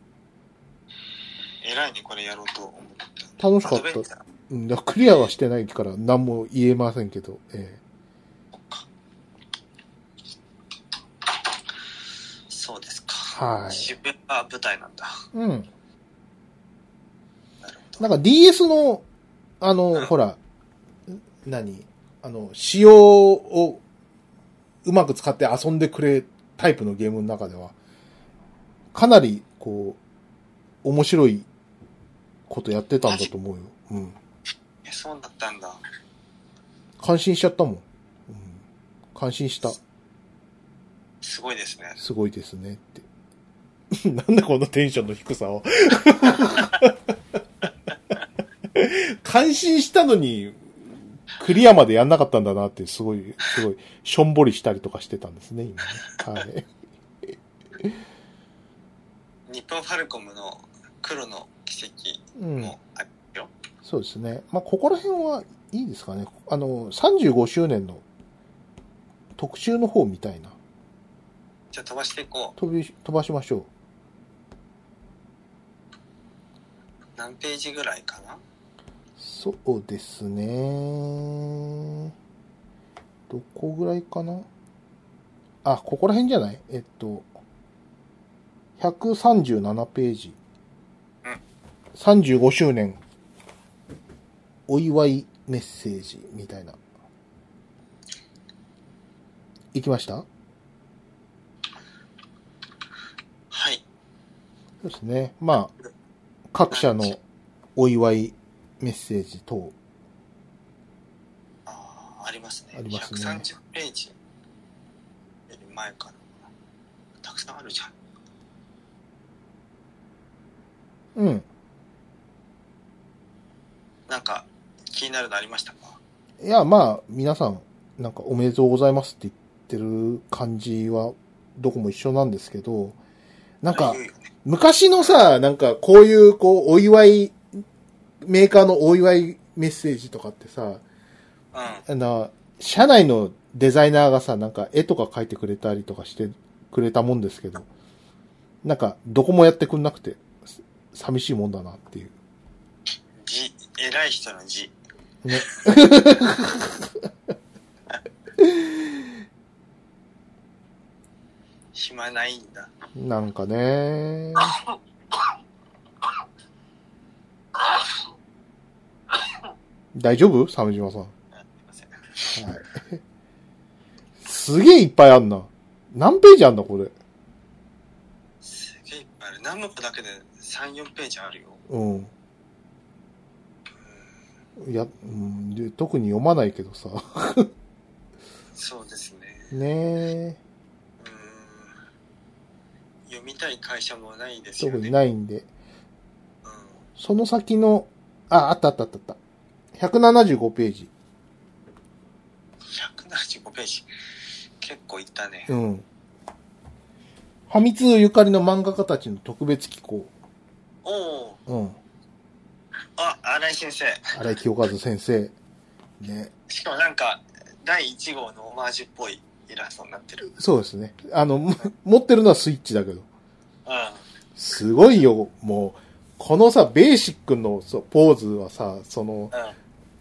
えらいね、これやろうと思っ。楽したかっアドベンチた。ャーうん、だからクリアはしてないから何も言えませんけど。えそうですか。はい渋谷が舞台なんだ。えうん。なるほど。なんか DS の、あの、うんほら、ん何あの、仕様をうまく使って遊んでくれタイプのゲームの中では、かなり、こう、面白いことやってたんだと思うよ。うん。え、そうだったんだ。感心しちゃったもん。うん、感心した。すごいですね。すごいですねって。 なんだこのテンションの低さ を。感心したのに、クリアまでやんなかったんだなって、すごい、すごい、しょんぼりしたりとかしてたんですね、今ね。はい。日本ファルコムの黒の奇跡うん。もあるよ。そうですね。まあ、ここら辺はいいですかね。あの、35周年の特集の方みたいな。じゃあ飛ばしていこ飛び、飛ばしましょう。う。何ページぐらいかなそうですね。どこぐらいかなあ、ここら辺じゃないえっと、137ページうん。 35周年。お祝いメッセージみたいな。いきましたはい。そうですね。まあ、各社のお祝いメッセージ等。あーありますね。ありますね130ページより前かな。たくさんあるじゃん。うん。なんか気になるのありましたかいや、まあ、皆さん、なんかおめでとうございますって言ってる感じは、どこも一緒なんですけど、なんか言、うよね昔のさ、なんか、こういう、こう、お祝い、メーカーのお祝いメッセージとかってさ、うん。あの、社内のデザイナーがさ、なんか絵とか描いてくれたりとかしてくれたもんですけど、なんか、どこもやってくんなくて、す寂しいもんだなっていう。字、偉い人の字。ね。 暇ないんだ。なんかね。大丈夫鮫島さん。はあすいません。い。すげえいっぱいあんな。何ページあんだ、これ。すげえいっぱいある。ナムコだけで3、4ページあるよ。うん。いや、うん、で特に読まないけどさ。そうですね。ねえ。うーん。読みたい会社もないですよ特にね。ないんで。うん。その先の、あ、あったあったあったあった。175ページ。 175ページ。結構いったね。うん。ファミ通ゆかりの漫画家たちの特別機構。おお。うん。あ、荒井先生。荒井清和先生。ね。しかもなんか、第1号のオマージュっぽいイラストになってる。そうですね。あの、 も持ってるのはスイッチだけうど。ん。すごいよ、もう。このさ、ベーシックのそうポーズはさ、その、うん。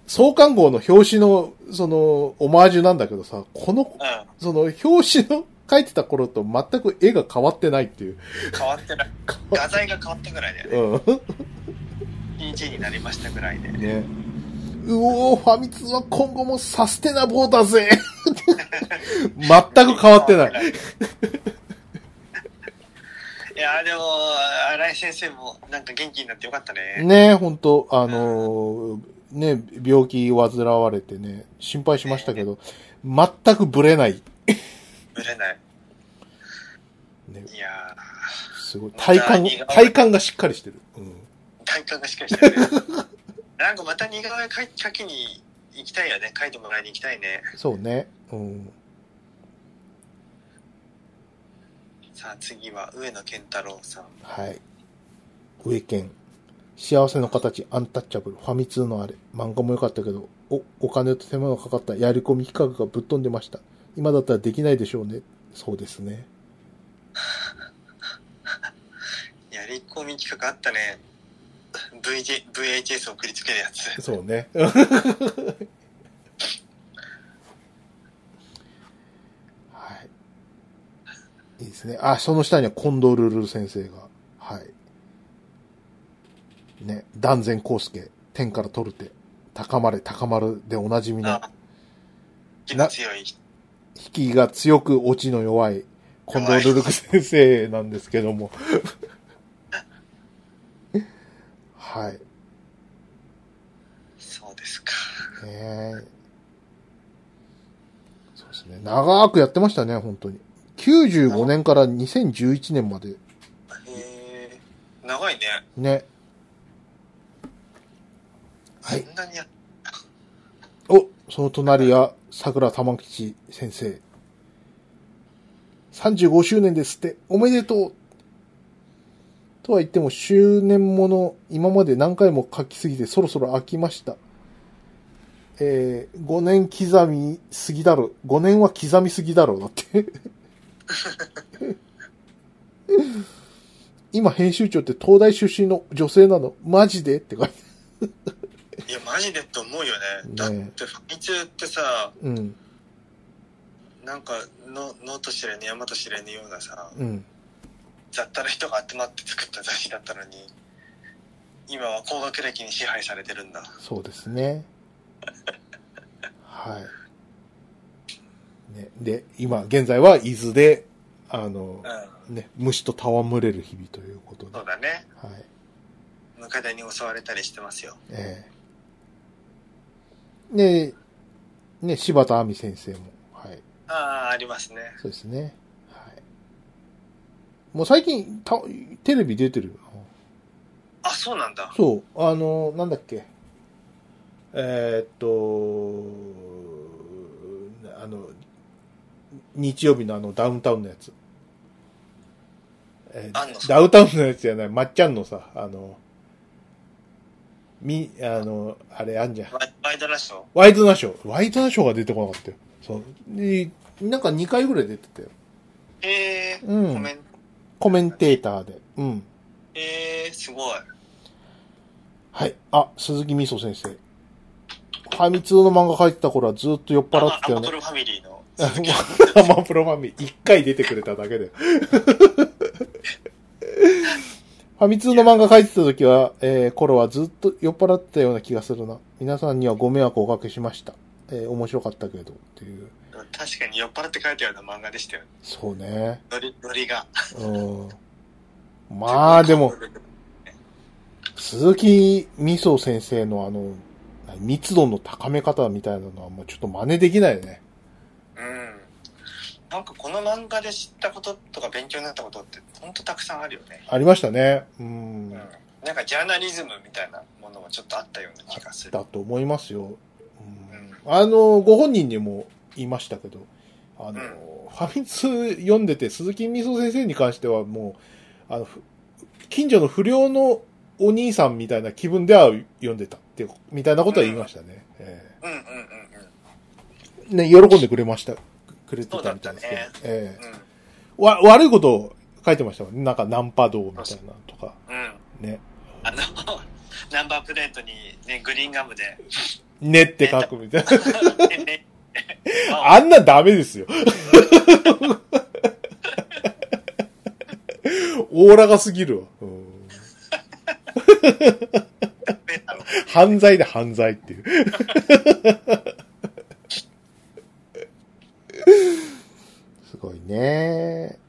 創刊号の表紙の、その、オマージュなんだけどさ、この、うその、表紙の書いてた頃と全く絵が変わってないっていう。ん。変わって ない。画材が変わったぐらいだよね。う PG になりましたぐらいで。ん。ね。うおー、ファミ通は今後もサステナボーだぜ 全く変わってない。い。やーでも、新井先生もなんか元気になってよかったね。ねえ、ほんと、あのーね、病気患われてね、心配しましたけど、全くブレない。ぶれない。ね、いやすごい。体幹、体幹がしっかりしてる。うん。ー、体感がしっかりしてるね。 なんかまた似顔絵描き描きに行きたいよね。描いてもらいに行きたいね。そうね。うん。さあ次は上野健太郎さん。はい。上県。幸せの形、アンタッチャブル、ファミ通のあれ。漫画も良かったけど、お、お金と手間のかかったやり込み企画がぶっ飛んでました。今だったらできないでしょうね。そうですね。やり込み企画あったね。VJ VHS 送りつけるやつ。そうね。はい。いいですね。あ、その下には近藤ルルル先生が。はい。ね、断然康介、天から取る手、高まれ、高まるでおなじみの、あ気の強い人。引きが強く落ちの弱い、近藤ルルク先生なんですけども。はい。そうですか。ねえ。そうですね。長くやってましたね、本当に。95年から2011年まで。へえ。長いね。ね。はいそんなにやっお、その隣は、桜玉吉先生。 35周年ですって、おめでとうとは言っても、周年もの、今まで何回も書きすぎてそろそろ飽きました。えー、5年刻みすぎだろ。5年は刻みすぎだろう、だって。今編集長って東大出身の女性なのマジでって書いて。いや、マジでと思うよね。ねだって、ファミ通ってさ、うん、なんか、の、のと知れぬ山と知れぬようなさ、うん。雑多な人が集まって作った雑誌だったのに、今は高学歴に支配されてるんだ。そうですね。 はい。ね、で、今、現在は伊豆で、あのう、ん。ね、虫と戯れる日々ということで。そはうだね。い。ムカデに襲われたりしてますよ。ええねね、柴田亜美先生も。はい。ああ、ありますね。そうですね。はい。もう最近、たテレビ出てるよあ、な。そうなんだ。そう、あの、なんだっけ。えーっと、あの、日曜日のあのダウンタウンのやつ。えーあんのダウンタウンのやつじゃない、まっちゃんのさ、あの、み、あの、あれあんじゃん。ワイワイドナショー。ワイドナショー。ワイドナショーが出てこなかったよ。そう。でなんか2回ぐらい出てたよ。ええうー、コんメ。ンコメンテーターで。うん。ええー、すごい。はい。あ、鈴木みそ先生。ファミ通の漫画書いてた頃はずっと酔っ払っあてたよアマねプ。ロファミリーの。ア マプロファミ、一回出てくれただけだ よ。ファミ通の漫画書いてた時は、えー、頃はずっと酔っ払ってたような気がするな。皆さんにはご迷惑をおかけしました。えー、面白かったけど、っていう。確かに酔っ払って書いたような漫画でしたよ。そうね。ノリ、ノリが。うん。まあ、でも、。鈴木みそ先生のあの、密度の高め方みたいなのはもうちょっと真似できないよね。うん。なんかこの漫画で知ったこととか勉強になったことってほんとたくさんあるよね。ありましたね。ううんん。。なんかジャーナリズムみたいなものもちょっとあったような気がする。だと思いますうよ。んうん、あの、ご本人にも言いましたけど、あんの、ファミ通読んでて、鈴木みそ先生に関してはもう、あの、ふ近所の不良のお兄さんみたいな気分では読んでたっていう、みたいなことは言いましたね。えうんうんうんうえね、喜んでくれました。くれてたみたいですけど。そうだええん。わ、悪いことを書いてましたもんね。なんかナンパ道みたいなのとか、うん。うん。ね。あの、 ナンバープレートにね、グリーンガム で。ねって書くみたいな。ねねああんなダメですよ。 オーラがすぎるわ。うんペンだろ犯罪で犯罪っていう。 すごいね。えー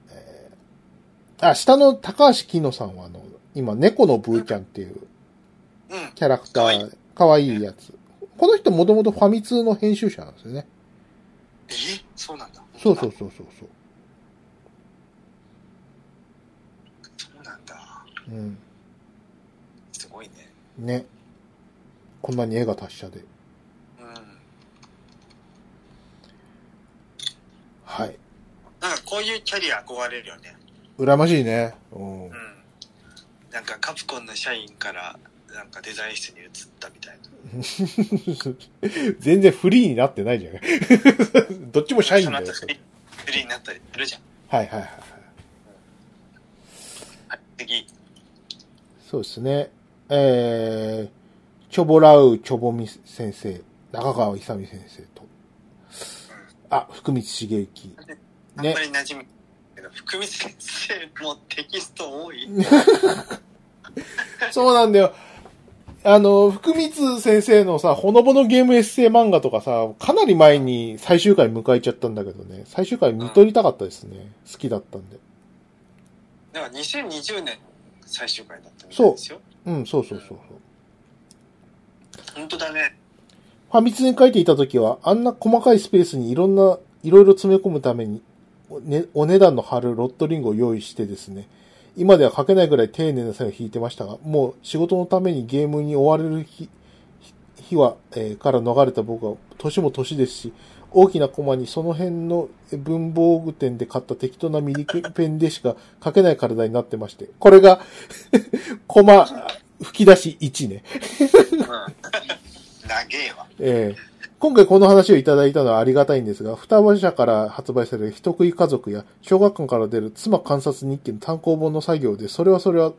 あ、下の高橋きのさんはあの、今、猫のブーちゃんっていううん。キャラクタかわいー、かわいいやつ。この人もともとファミ通の編集者なんですよね。えそうなんだ。そうそうそうそうそう。そうなんだ。うん。すごいね。ね。こんなに絵が達者で。うん。はい。なんかこういうキャリア憧れるよね。羨ましいね。うんう。ん。なんかカプコンの社員から、なんかデザイン室に移ったみたいな。全然フリーになってないじゃん。 どっちも社員だよ。その後フリーフリーになったりするじゃん。はいはいはい。はい、次。そうですね。えー、チョボラウチョボミ先生、中川勇先生と。あ、福光茂之。あんねまり馴染み、けど、福光先生もテキスト多い。そうなんだよ。あの、福光先生のさ、ほのぼのゲームエッセイ漫画とかさ、かなり前に最終回迎えちゃったんだけどね、最終回見とりたかったですね。好きだったんで。だから2020年最終回だったみたそういですよ。うん、そうそうそうそう。本当だね。ファミツに書いていた時は、あんな細かいスペースにいろんな、いろいろ詰め込むために、お,、ね、お値段の張るロットリングを用意してですね、今では書けないぐらい丁寧な線を引いてましたが、もう仕事のためにゲームに追われる日、日日は、えーから逃れた僕は、年も年ですし、大きなコマにその辺の文房具店で買った適当な右ペンでしか書けない体になってまして。これが、 コマ、吹き出し1ね。うん。長えわ。ええ今回この話をいただいたのはありがたいんですが、双葉社から発売される人食い家族や、小学館から出る妻観察日記の単行本の作業で、それはそれは、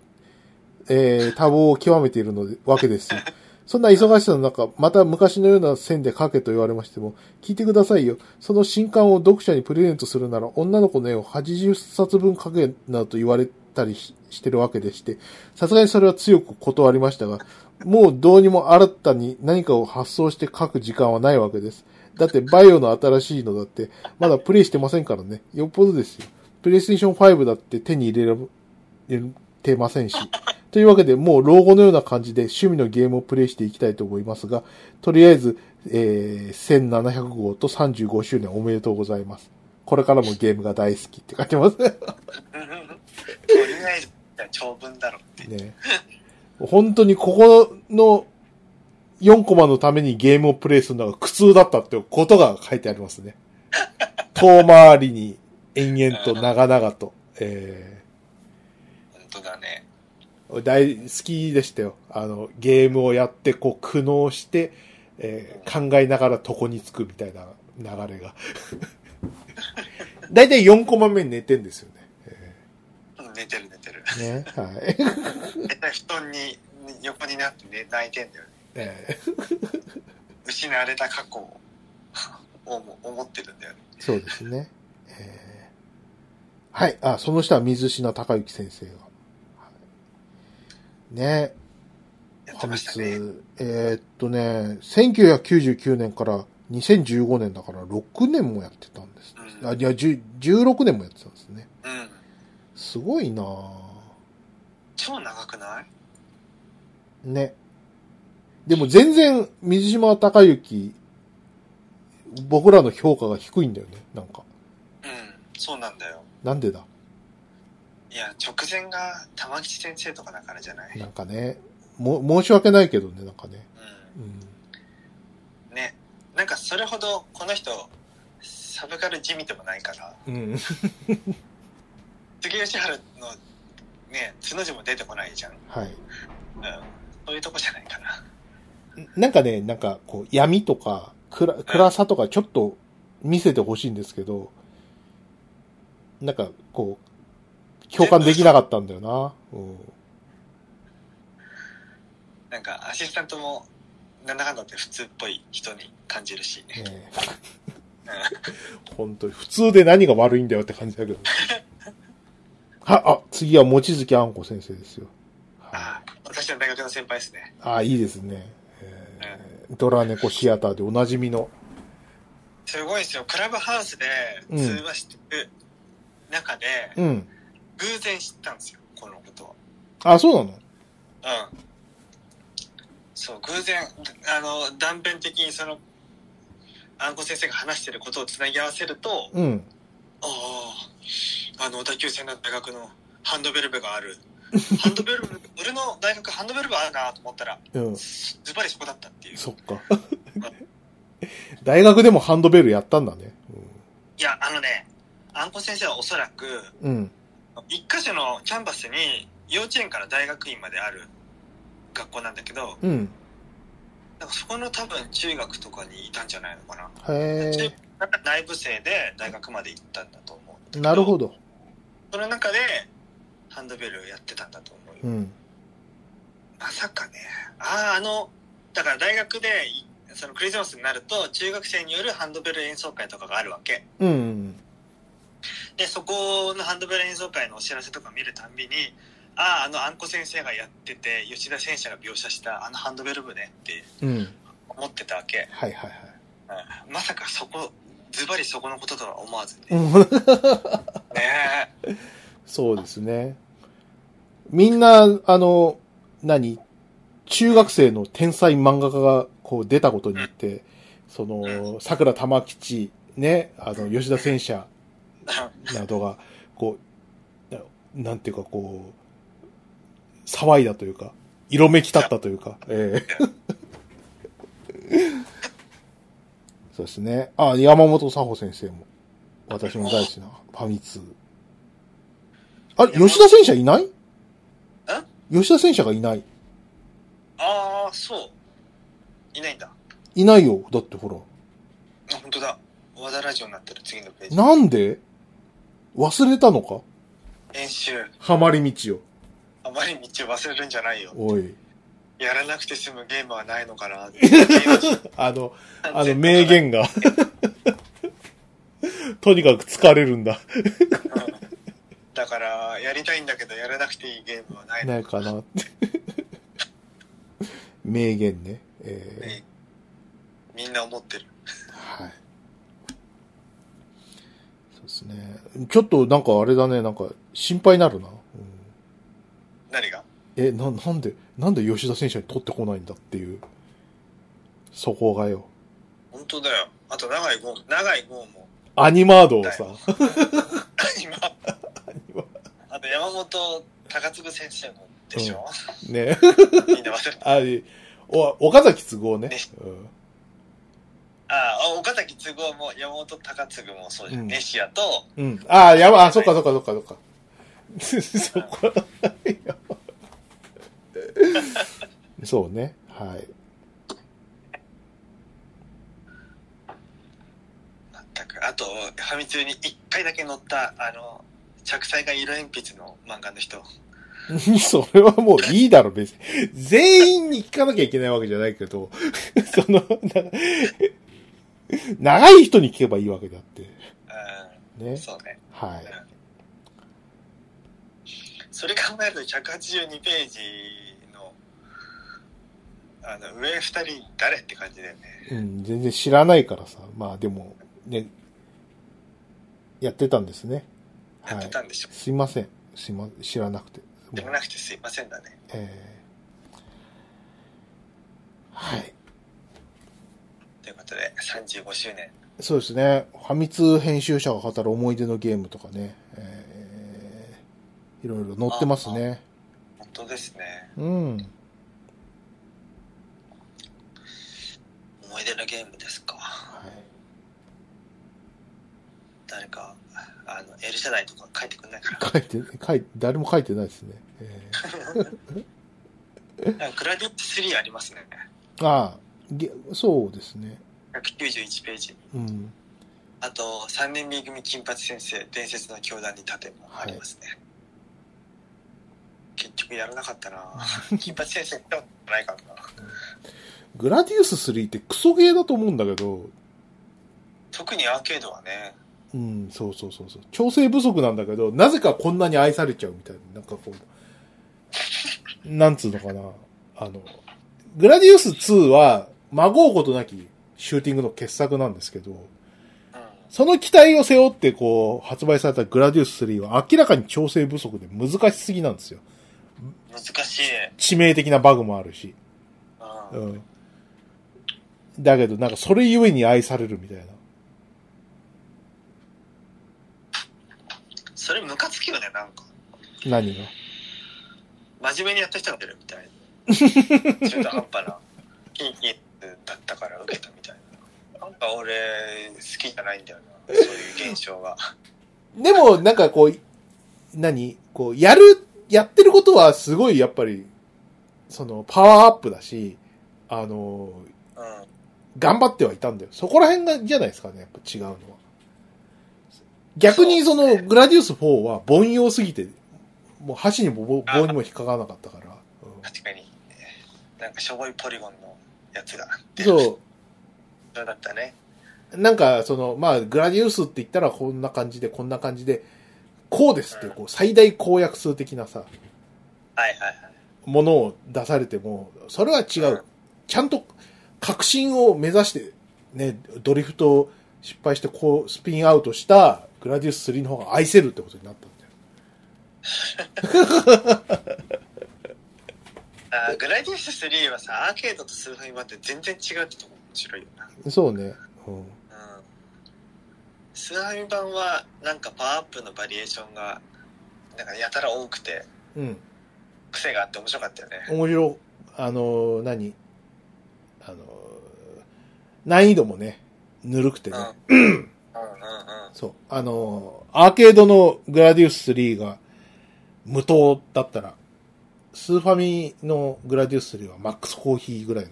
えー、多忙を極めているので、わけですよ。そんな忙しさの中、また昔のような線で書けと言われましても、聞いてくださいよ。その新刊を読者にプレゼントするなら、女の子の絵を80冊分書けなどと言われたりししてるわけでして、さすがにそれは強く断りましたが、もうどうにも新たに何かを発想して書く時間はないわけです。だってバイオの新しいのだって、まだプレイしてませんからね。よっぽどですよ。プレイステーション5だって手に入れられてませんし。というわけで、もう老後のような感じで趣味のゲームをプレイしていきたいと思いますが、とりあえず、えー、1700号と35周年おめでとうございます。これからもゲームが大好きって書いてます。とりあえず、長文だろって。ね、本当にここの4コマのためにゲームをプレイするのが苦痛だったってことが書いてありますね。遠回りに延々と長々と。え本当だね。ー大好きでしたよ。あの、ゲームをやって、こう、苦悩して、えー考えながら床につくみたいな流れが。だいたい4コマ目に寝てんですよね。うん寝てる寝てる。ね、はい。絶対布団に横になって寝泣いてんだよね。えー失われた過去を思思ってるんだよね。そうですね。えーはい。あ、その下は水品隆之先生が。はいねやえ、ってハまミしたね。ツ、えーっとね、1999年から2015年だから6年もやってたんです。うん。あ、いや、10 16年もやってたんですね。うん。すごいなぁ超長くないね。でも全然、水島隆之、僕らの評価が低いんだよね。なんか。うん。そうなんだよ。なんでだいや、直前が玉木先生とかだからじゃない。なんかね、も、申し訳ないけどね、なんかね。う。うんね。なんかそれほどこの人、サブカル地味でもないから、ん。うん。杉吉原のね、角字も出てこないじゃん。うん。はい。そういうとこじゃないかな。なんかね、なんかこう、闇とか、暗、暗さとかちょっと見せてほしいんですけど、なんかこう、共感できなかったんだよな。うん。なんかアシスタントも、なんだかんだって普通っぽい人に感じるし。ねえ本当に、普通で何が悪いんだよって感じだけど。は、あ、次は望月あんこ先生ですよ。はいああ、私の大学の先輩ですね。あ、いいですね。えードラネコシアターでおなじみの、すごいですよ。クラブハウスでうん通話してる中で、うん。偶然知ったんですよ、このことを。あ、そうなのうん。そう、偶然、あの、断片的にその、あんこ先生が話してることをつなぎ合わせると、うん。ああ、あの、小田急線の大学のハンドベル部がある。ハンドベル部、俺の大学ハンドベル部あるなと思ったら、うん。ズバリそこだったっていう。そっか。 大学でもハンドベルやったんだね。いや、あのね、あんこ先生はおそらく、うん。一箇所のキャンパスに幼稚園から大学院まである学校なんだけど、うん。なんかそこの多分中学とかにいたんじゃないのかな。へ中学内部生で大学まで行ったんだと思え。う。なるほど。その中でハンドベルをやってたんだと思うよ。うん。まさかね。ああ、あの、だから大学でいそのクリスマスになると中学生によるハンドベル演奏会とかがあるわけ。うん。で、そこのハンドベル演奏会のお知らせとか見るたんびに、ああ、あのあんこ先生がやってて、吉田選手が描写したあのハンドベル部ねってうん。思ってたわけ。はいはいはい。うんまさかそこ、ズバリそこのこととは思わずに。うねん え。そうですね。みんな、あの、何中学生の天才漫画家がこう出たことによって、その、桜玉吉、ね、あの、吉田戦車などが、こう、ななんていうかこう、騒いだというか、色めき立ったというか、ええそうですね。あ、山本佐保先生も。私の大好きなファミ通。あれ、吉田戦車いない吉田戦車がいない。ああ、そう。いないんだ。いないよ。だってほら。あ、本当だ。和田ラジオになってる次のページ。なんで忘れたのか演習。ハマり道を。あまり道を忘れるんじゃないよ。おい。やらなくて済むゲームはないのか な。あの、あの名。言が。 とにかく疲れるんだ。だから、やりたいんだけど、やらなくていいゲームはないのないかなって。名言ね。ねえみんな思ってる。ー、はい。そうですね。ちょっとなんかあれだね、なんか心配になるな。うん何がえ、な、なんで、なんで吉田選手に取ってこないんだっていう。そこがよ。本当だよ。あと、長いゴー、長いゴーも。アニマードをさ、 今。あと、山本高嗣先生もでしょ、ね。みんな忘れた。あお、岡崎都合ね。うんああ、岡崎都合も山本高嗣もそうじゃん。うんネシアと、うん。ああ、やば、あ、そっかそっかそっかそっ か。そこはいやそうね。はい。全く。あと、ファミ通に一回だけ載った、あの、着彩が色鉛筆の漫画の人。 それはもういいだろ、別に。全員に聞かなきゃいけないわけじゃないけど、 その、な長い人に聞けばいいわけだって。うん、ね。そうね。はい。それ考えると182ページの、あの、上二人誰って感じだよね。うん、全然知らないからさ。まあでも、ね、やってたんですね。やはってい。たんでしょ。すいません。すいま、知らなくて。でもなくてすいませんだね。えーはい。ということで、35周年。そうですね。ファミ通編集者が語る思い出のゲームとかね。えーいろいろ載ってますね。本当ですね。うん。思い出のゲームですか。はい。誰か、あの、エルシャダイとか書いてくんないか書いて、書い、誰も書いてないですね。えな。なんかグラディッツ3ありますね。ーああ、げそうですね。 191ページ。うん。あと、3年 B 組金八先生、伝説の教団に盾もありますね。結局やらなかった な金八先生やったことないからな。グラディウス3ってクソゲーだと思うんだけど、特にアーケードはね、うん、そうそうそうそう。調整不足なんだけど、なぜかこんなに愛されちゃうみたいな、なんかこう、なんつうのかな。あの、グラディウス2は、まごうことなきシューティングの傑作なんですけど、うん、その期待を背負ってこう、発売されたグラディウス3は明らかに調整不足で難しすぎなんですよ。難しい。致命的なバグもあるし。う。うんん。だけど、なんかそれゆえに愛されるみたいな。それムカつくよね、なんか。何が。真面目にやった人が出るみたいな。中途半端な。キンキンだったから受けたみたいな。なんか俺、好きじゃないんだよな。そういう現象が。でも、なんかこう、何こう、やる、やってることはすごいやっぱり、その、パワーアップだし、あの、うん。頑張ってはいたんだよ。そこら辺が、じゃないですかね、やっぱ違うのは。逆にそそうの、ですねグラディウス4は凡庸すぎて、もう箸にも棒棒にも引っかからなかったから。う確かに。なんかしょぼいポリゴンのやつが。んそう。それだったね。なんか、その、まあ、グラディウスって言ったらこんな感じで、こんな感じで、こうですっていう、こう、最大公約数的なさ、はいはいはい。ものを出されても、それは違うんう。ちゃんと、革新を目指して、ね、ドリフトを失敗して、こう、スピンアウトした、グラディウス3の方が愛せるってことになったんだよ。あーグラディウス3はさ、アーケードと数分版って全然違うってとこ面白いよな。そうね。うん。うん。スーハミ版はなんかパワーアップのバリエーションがなんかやたら多くてうん。癖があって面白かったよね。面白、あのー、何あのー、難易度もね、ぬるくてね。うん。うんうんうん。そう。あのー、アーケードのグラディウス3が無糖だったら、スーファミのグラディウス3はマックスコーヒーぐらいの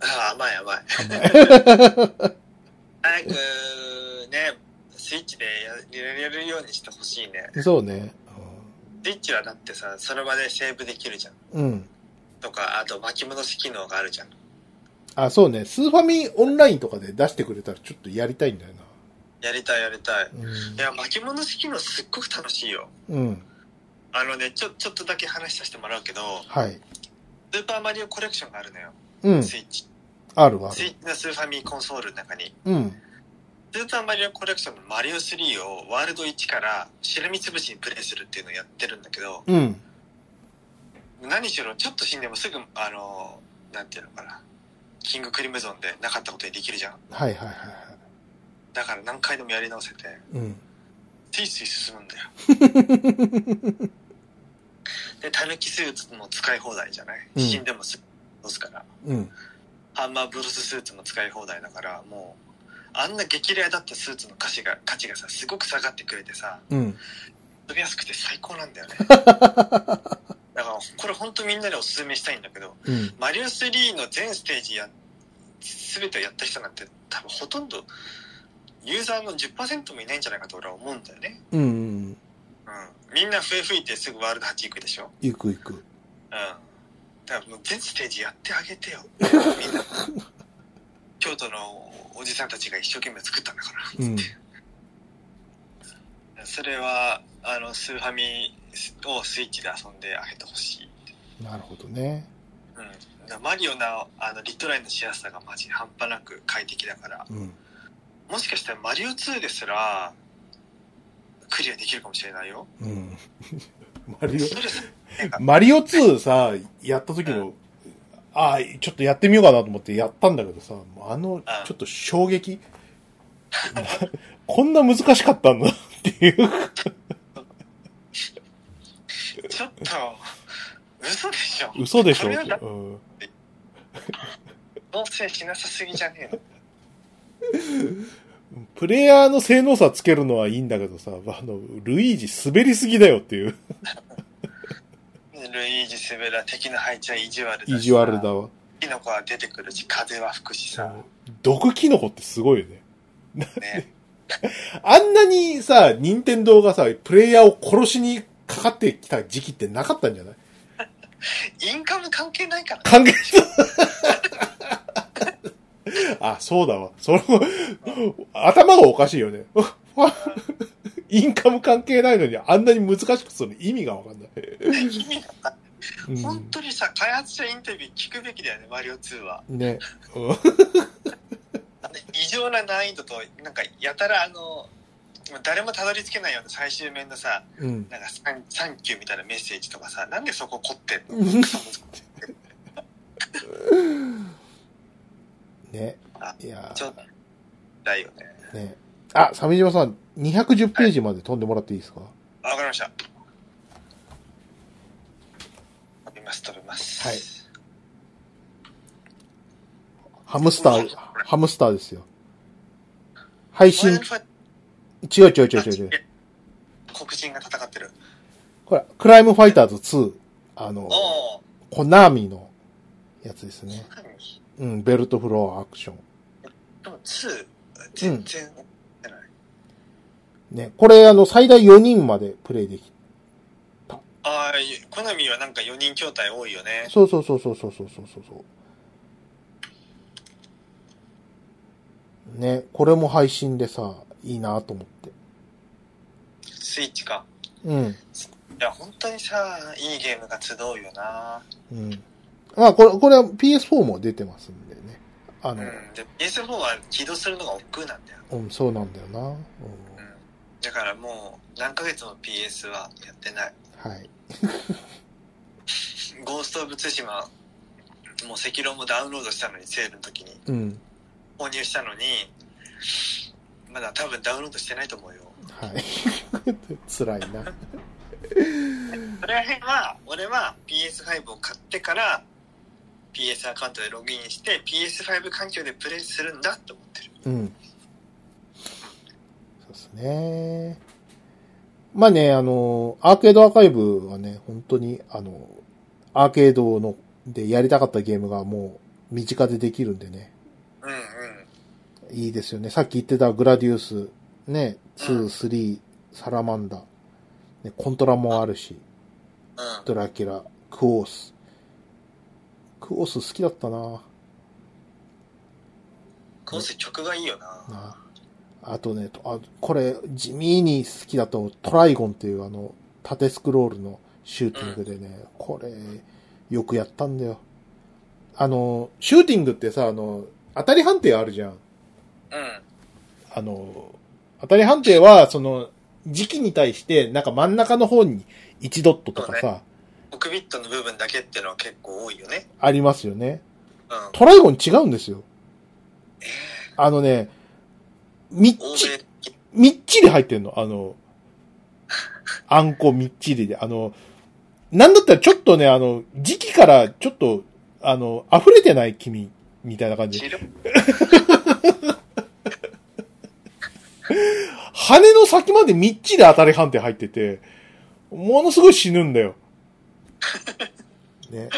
ああ、甘い甘い。甘い。早く、ね、スイッチでやれるようにしてほしいね。そうね。スイッチはだってさ、その場でセーブできるじゃん。うん。とか、あと巻き戻し機能があるじゃん。あ、そうね。スーファミオンラインとかで出してくれたらちょっとやりたいんだよやりたいやりたい。いな。や、巻き戻し機能すっごく楽しいよ。うん。うん。あのね、ちょ、ちょっとだけ話させてもらうけど、はい。スーパーマリオコレクションがあるのよ。うん。スイッチ。あるわ。スイッチのスーファミコンソールの中に。うん。スーパーマリオコレクションのマリオ3をワールド1からしらみつぶしにプレイするっていうのをやってるんだけど、うん。何しろちょっと死んでもすぐ、あの、なんていうのかな。キングクリムゾンでなかったことにできるじゃん。はいはいはいはだから何回でもやり直せて、い。うん。スイスイ進むんだよ。 で、タヌキスーツも使い放題じゃないうん死んでもすぐ戻すから。うん。ハンマーブルーススーツも使い放題だから、もう、あんな激レアだったスーツの価値が、価値がさ、すごく下がってくれてさ、うん。飛びやすくて最高なんだ よね。だから、これほんとみんなでおすすめしたいんだけど、うん。マリオ3の全ステージや、すべてをやった人なんて、多分ほとんど、ユーザーの10%もいないんじゃないかと俺は思うんだよね。うんうん。うん。みんな笛吹いてすぐワールド8行くでしょ行く行く。うん。だからもう全ステージやってあげ てよ。みんな。京都のおじさんたちが一生懸命作ったんだから。うん。それは、あの、スーファミをスイッチで遊んであげてほしい。なるほどね。うん。だからマリオのあのリトライのしやすさがマジ半端なく快適だから、うん。もしかしたらマリオ2ですら、クリアできるかもしれないよ。うん。 マリそれさなんかオ、マリオ2さ、やった時も、ああ、ちょっとやってみようかなと思ってやったんだけどさ、もうあの、ちょっと衝撃。 こんな難しかったんだっていう。ちょっと、嘘でしょ。嘘でしょこれはだうん。同棲しなさすぎじゃねえの。プレイヤーの性能差つけるのはいいんだけどさ、あの、ルイージ滑りすぎだよっていう。ルイージ・スベラ敵の配置は意地悪だし意地悪だわ。キノコは出てくるし風は吹くしさ毒キノコってすごいよね。ねあんなにさ、任天堂がさ、プレイヤーを殺しにかかってきた時期ってなかったんじゃないインカム関係ないから考え た。あ、そうだわ。その、頭がおかしいよね。 インカム関係ないのにあんなに難しくする意味がわかんない。意味がない本う当にさ開発者インタビュー聞くべきだよねマリオ2はん、ね。うんあの異常な難易度となんかやたらあの誰もたどり着けないような最終面のさうん。なんかサン「サンキュー」みたいなメッセージとかさなんでそこ凝ってんの うんクソ難しいねあ。いやちょっとだよねーね。あ、鮫島さん、210ページまで飛んでもらっていいですかはわかりました飛びます飛びますはいハムスター、ハムスターですよ。配ファイ信、ナ違ルファイう違う違う違う違う。黒人が戦ってる。これ、クライムファイターズ2。あの、おお。コナミのやつですね。でうん、ベルトフロアアクション。も2、全然、じゃない。ね。これ、あの、最大4人までプレイできああ、いコナミはなんか4人筐体多いよね。そうそうそうそうそうそうそうそうそう。ね。これも配信でさ、いいなと思って。スイッチか。うん。いや、本当にさ、いいゲームが集うよな。うん。まあ、これ、これは PS4 も出てますんでね。あうの、ん。で、PS4 は起動するのが億劫なんだよ。うん、そうなんだよな。うんうん。だからもう、何ヶ月も PS はやってない。はい。ゴースト・オブ・ツシマ、もう赤狼もダウンロードしたのに、セールの時に。うん。購入したのに、まだ多分ダウンロードしてないと思うよ。はい。 辛いな。それら辺は、俺は PS5 を買ってから、PS アカウントでログインして、PS5 環境でプレイするんだって思ってる。うん。そうですね。まあね、あの、アーケードアーカイブはね、本当に、あの、アーケードのでやりたかったゲームがもう身近でできるんでね、うんうん。いいですよね。さっき言ってたグラディウス、ね、2、3、サラマンダ、ね、コントラもあるし、うん。ドラキュラ、クオース。クオース好きだったなコース曲がいいよな。なああとね、とあこれ、地味に好きだと、トライゴンっていうあの、縦スクロールのシューティングでね、これ、よくやったんだよ。あの、シューティングってさ、あの、当たり判定あるじゃん。うん。あの、当たり判定は、その、時期に対して、なんか真ん中の方に1ドットとかそさ、 6ビットの部分だけってのは結構多いよね。ありますよね。うん。トライゴン違うんですよ。あのね、みっ欧ち米的みっちり入ってんの。あの、あんこみっちりで。あの、なんだったらちょっとね、あの、時期からちょっと、あの、溢れてない君、みたいな感じ。白羽の先までみっちり当たり判定入ってて、ものすごい死ぬんだよ。ね。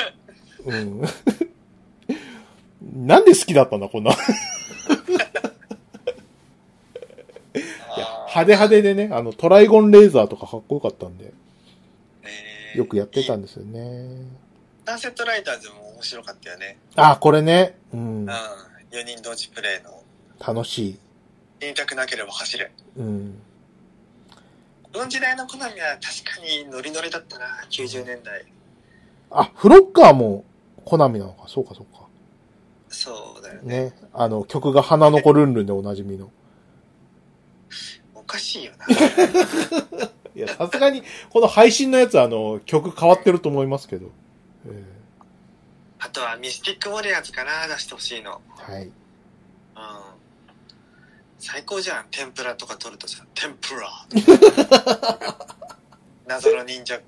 うん。 なんで好きだったんだ、こんな。いや派手派手でね、あの、トライゴンレーザーとかかっこよかったんで、えーよくやってたいいんですよね。サンセットライターズも面白かったよね。あ、これね。うんうん。。4人同時プレイの。楽しい。死にたくなければ走れ。うん。この時代のコナミは確かにノリノリだったな、90年代。あ、フロッカーも、コナミなのか。そうか、そうか。そうだよね。ね。あの、曲が花の子ルンルンでおなじみの。おかしい よな。いや、さすがに、この配信のやつは、あの、曲変わってると思いますけど。えあとはミスティックウォリアーズかな、出してほしいの。ーはい。うん。最高じゃん。天ぷらとか取るとさ、天ぷ らとか謎の忍者が、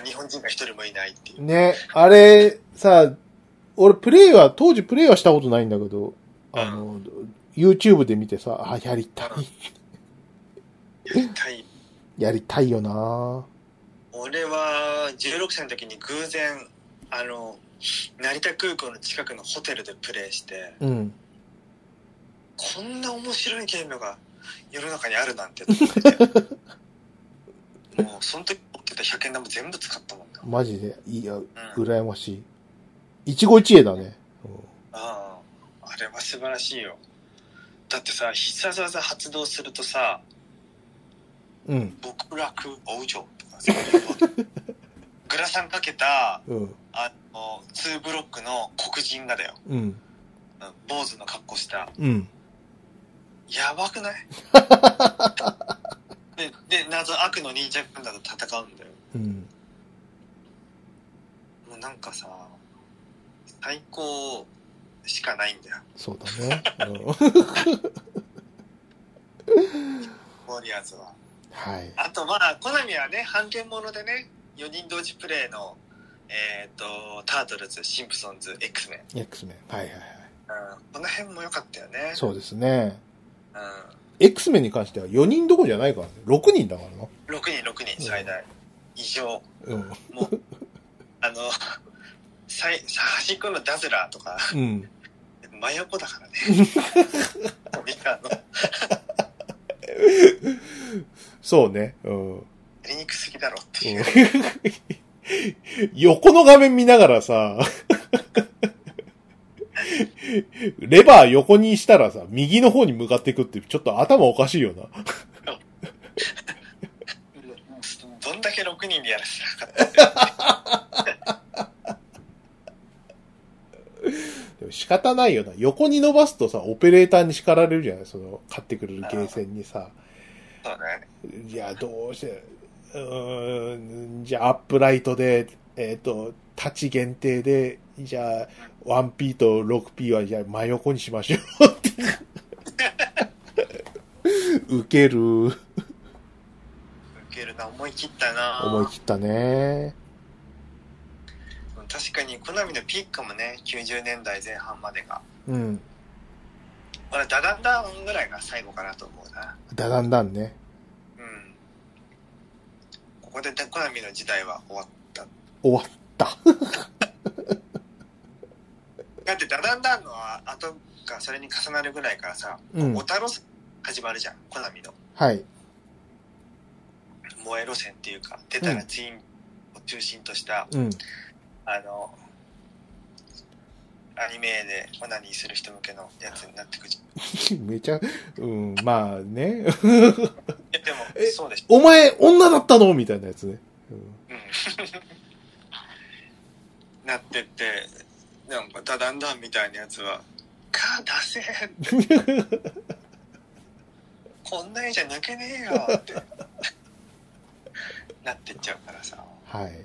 あ日本人が一人もいないっていう。ね、あれ、さ、俺プレイは、当時プレイはしたことないんだけど、あの、YouTube で見てさ、あ、やりたい。 一体やりたいよな俺は16歳の時に偶然あの成田空港の近くのホテルでプレイしてうん。こんな面白いゲームが世の中にあるなんてと思ってもうその時持ってた100円玉全部使ったもんな、マジで。いや、うん、羨ましい。一期一会だね。うんあああれは素晴らしいよだってさ必殺技発動するとさう「ん極楽王女」とかさグラサンかけたうん。あの2ブロックの黒人がだようん。うん坊主の格好したうん。やば くないでで謎悪の忍者軍団と戦うんだようん。もうなんかさ最高しかないんだよそうだね。 うんウォリアーズははい。あとまあコナミはね半減ものでね4人同時プレイのえっ、とタートルズシンプソンズ X メン、 X メン。はいはいはい。うん、この辺も良かったよねそうですね。う、 X メンに関しては4人どころじゃないからね。6人だからな。ん、6人6人最大、以上うん。もうあのさい端っこのダズラーとかうん。真横だからね。ミカの、やそうね。うん。 りにくすぎだろっていう。うん横の画面見ながらさ、 レバー横にしたらさ、右の方に向かっていくって、ちょっと頭おかしいよな。どんだけ6人でやらせなかったでも仕方ないよな。横に伸ばすとさ、オペレーターに叱られるじゃないその、買ってくれるゲーセンにさ。そうね。いや、どうして、うーん、じゃあアップライトで、えっ、と、立ち限定で、じゃあ、1P と 6P は、じゃあ真横にしましょうって。ウケる。ウケるな、思い切ったな。思い切ったね。確かに、コナミのピークかもね、90年代前半までが。うん。まだダダンダンぐらいが最後かなと思うな。だだんだんね。うん。ここでデコナミの時代は終わった。終わった。 だってダダンダンの後がそれに重なるぐらいからさ、うんオ。タロス始まるじゃん、コナミの。はい。萌え路線っていうか、出たらツインを中心とした、うん。あの、アニメでオナニーする人向けのやつになってくじゃん。めちゃ、うん、まあね。えでもえ、そうでしょ。お前、女だったのみたいなやつね。うん なってって、なんかダダンダンみたいなやつは、か、出せって。 こんな絵じゃ抜けねえよって。なってっちゃうからさ。はい。ね、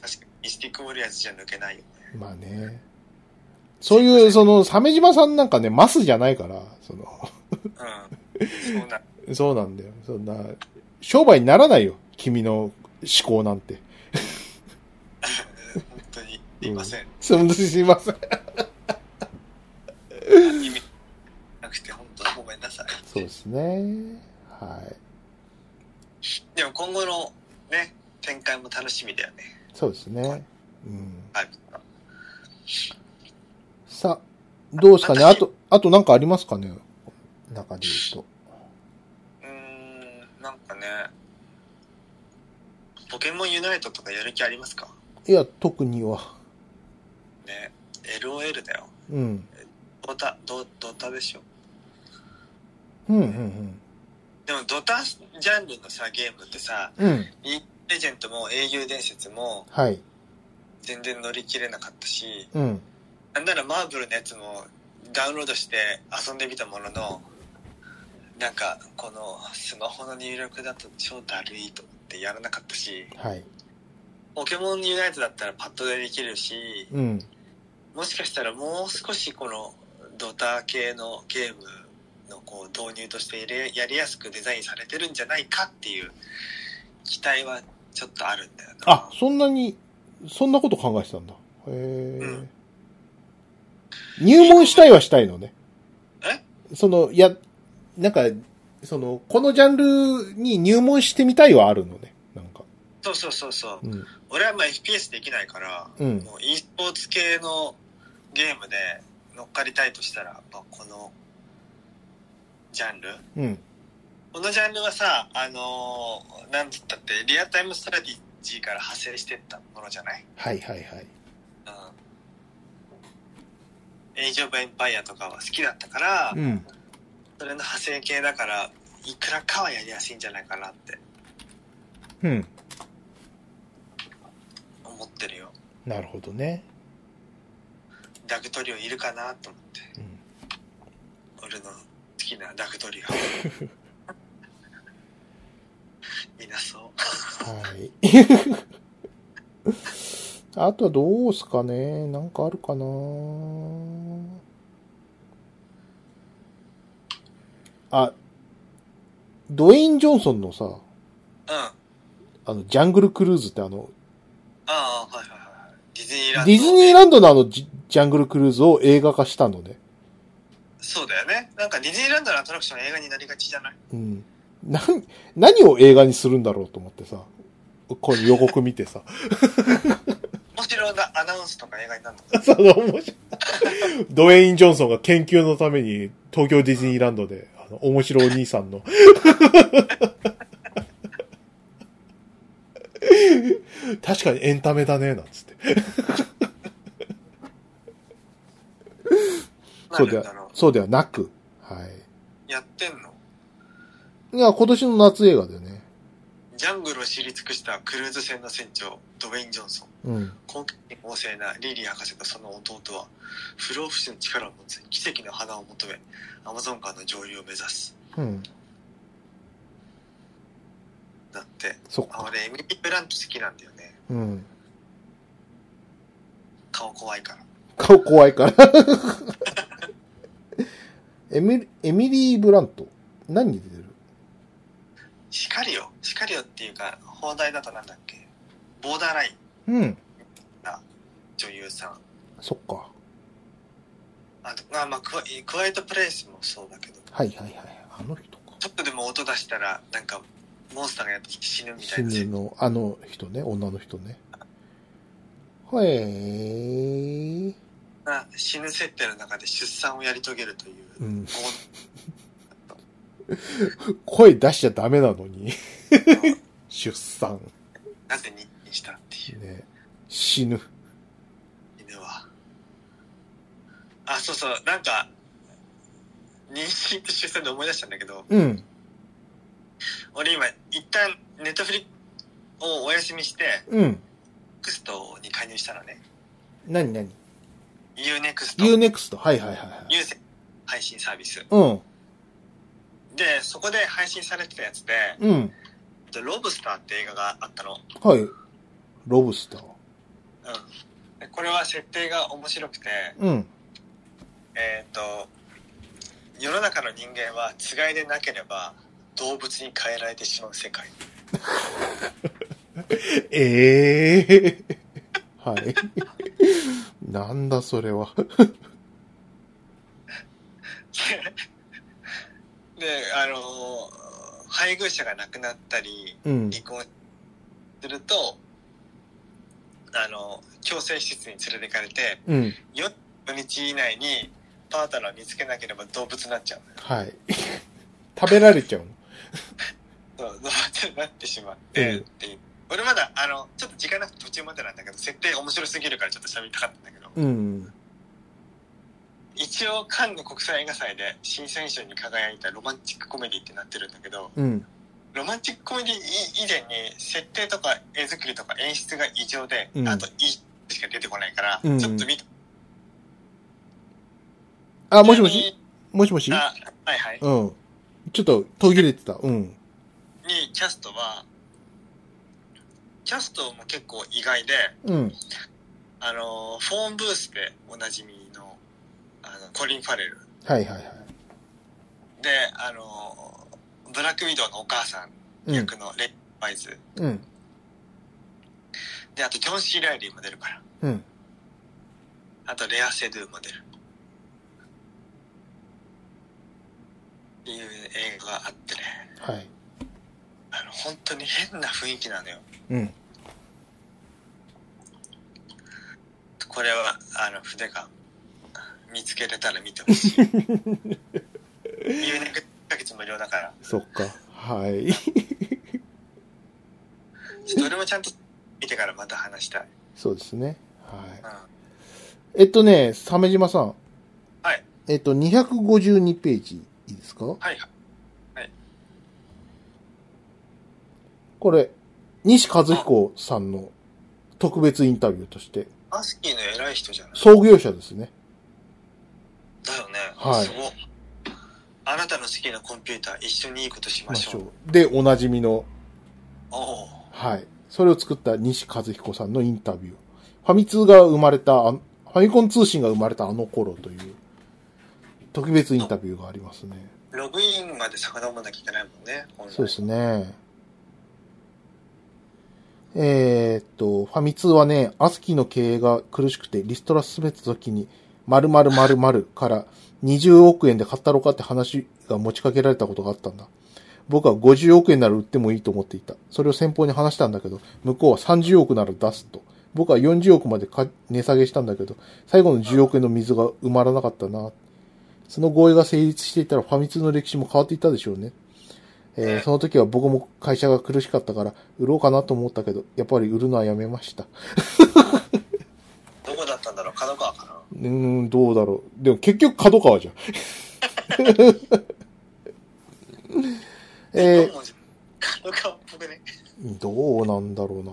確かにミスティックウォリアーズじゃ抜けないよね。まあね。そういう、その、鮫島さんなんかね、マスじゃないから、その、うん。そうな、そうなんだよ。そんな、商売にならないよ。君の思考なんて。本当に、すいません。すみませんすいません。意味なくて、本当にごめんなさい。そうですね。はい。でも今後のね、展開も楽しみだよね。そうですね。うん。はい。さ、どうですかねああ私と、あとなんかありますかね中で言ううーん、なんかね、ポケモンユナイトとかやる気ありますかと。いや、特には。ね、LOL だよ。うん。ドタ、ド、ドタでしょ。うん、うん、でもドタジャンルのさ、ゲームってさ、うん。うん。リレジェンドも英雄伝説もはい。全然乗り切れなかったし、うん。なんならマーブルのやつもダウンロードして遊んでみたものの、なんか、このスマホの入力だと超だるいと思ってやらなかったし、はい。ポケモンユナイトだったらパッドでできるし、うん。もしかしたらもう少しこのドタ系のゲームのこう導入として入れやりやすくデザインされてるんじゃないかっていう期待はちょっとあるんだよな。あ、そんなに、そんなこと考えてたんだ。へえ、うん入門したいはしたいのね。えその、いや、なんか、その、このジャンルに入門してみたいはあるのね。なんか。そうそうそうそう。うん。俺はまあ FPS できないから、うん。もう e スポーツ系のゲームで乗っかりたいとしたら、まあ、このジャンルうん。このジャンルはさ、あのーなんつったってリアタイムストラテジーから派生してったものじゃないはいはいはい。うんエイジオブエンパイアとかは好きだったから、うん。それの派生系だから、いくらかはやりやすいんじゃないかなってうん。思ってるよ。なるほどね。ダグトリオいるかなと思って。うん。俺の好きなダグトリ オ。いなそはい。 あとはどうすかねなんかあるかなあ、ドウェイン・ジョンソンのさ、う。うん。ああの、ジャングルクルーズってあの、あ、はいはいはい。ディズニーランド。ディズニーランドのあのジ、ジャングルクルーズを映画化したのね。そうだよね。なんかディズニーランドのアトラクション映画になりがちじゃないうん。な、何を映画にするんだろうと思ってさ、この予告見てさ、面白いなアナウンスとか映画になるのかな。その面白い。ドウェイン・ジョンソンが研究のために東京ディズニーランドで、あの、面白いお兄さんの 確かにエンタメだね、なんつって。そうでなるんだはろ、そうではなく、はう。やってんのい。いや、今年の夏映画だよね。ジャングルを知り尽くしたクルーズ船の船長、ドウェイン・ジョンソン。うん。好奇心旺盛なリリー博士とその弟は、不老不死の力を持つ奇跡の花を求め、アマゾン川の上流を目指す。うん。だって、そっあか。俺、エミリー・ブラント好きなんだよね。うん。顔怖いから。顔怖いから。 エミリ、エミリー・ブラント。何に出てるシカリオシカリオっていうか、放題だとなんだっけボーダーラインうん。女優さん。そっか。あと、あまあクワ、クワイエットプレイスもそうだけど、はいはいはい。あの人か。ちょっとでも音出したら、なんか、モンスターがやってきて死ぬみた死いな。ぬの、あの人ね、女の人ね。へえー。な死ぬ設定の中で出産をやり遂げるという、うん。傲声出しちゃダメなの に。慢出産。なぜ日記にしたっていうね。死ぬ。犬は。あ、そうそう、なんか、妊娠と出産で思い出したんだけど、うん。俺今、一旦、ネットフリをお休みして、うん。クストに加入したのね。なになに UNEXT。 ?Unext。はいはいはいはい。有線配信サービス。うん。で、そこで配信されてたやつで、うん。ロブスターって映画があったの。はい。ロブスター。うん。でこれは設定が面白くて、うん。えっ、と、世の中の人間はつがいでなければ動物に変えられてしまう世界。 ええー。はい。 なんだそれは。で、あのー配偶者が亡くなったり、うん。離婚すると、あの、強制施設に連れてかれて、うん。 4日以内にパートナーを見つけなければ動物になっちゃうのよはい。食べられちゃうの。そう動物になってしまって、っていう俺まだ、あの、ちょっと時間なくて途中までなんだけど、設定面白すぎるからちょっと喋りたかったんだけど、うん。一応カンヌ国際映画祭で新選賞に輝いたロマンチックコメディってなってるんだけど、うん。ロマンチックコメディ以前に設定とか絵作りとか演出が異常で、うんあと「い」しか出てこないから、うんちょっと見たあ、もしもしもしもしあはいはい、うん。ちょっと途切れてた。うん。にキャストはキャストも結構意外でうん。あのフォーンブースでおなじみのあのコリン・ファレルはいはいはい。であのブラック・ウィドウのお母さんうん。役のレイ・バイズ、うん。であとジョン・シー・ライリーも出るからうん。あとレア・セドゥも出るっていう映画があってねはい。あの本当に変な雰囲気なのようん。これはあの筆が見つけれたら見てほしい有年1ヶ月無料だからそっか。はい。ちょっと俺もちゃんと見てからまた話したい、 そうですね。はうん、い。えっとね、鮫島さん。はい。えっと、252ページいいですかはいはいこれ、西和彦さんの特別インタビューとして、アスキーの偉い人じゃない創業者ですね。だよね、はいすごっあなたの好きなコンピューター一緒にいいことしままししょうょう。で、おなじみのおおうはい。それを作った西和彦さんのインタビュー。ファミ通が生まれた、あファミコン通信が生まれたあの頃という、特別インタビューがありますね。ログインまで遡らなきゃいけないもんね本来そうですね。えーっと、ファミ通はね、アスキーの経営が苦しくてリストラ進めた時に、〇〇〇〇から20億円で買ったろうかって話が持ちかけられたことがあったんだ。僕は50億円なら売ってもいいと思っていた。それを先方に話したんだけど、向こうは30億なら出すと。僕は40億までか値下げしたんだけど、最後の10億円の水が埋まらなかったな。その合意が成立していたらファミ通の歴史も変わっていたでしょうね。えーその時は僕も会社が苦しかったから、売ろうかなと思ったけど、やっぱり売るのはやめました。どこだったんだろう角川かなうーん、どうだろう。でも結局角川じゃん。 えどうも角川っぽくねー、どうなんだろうな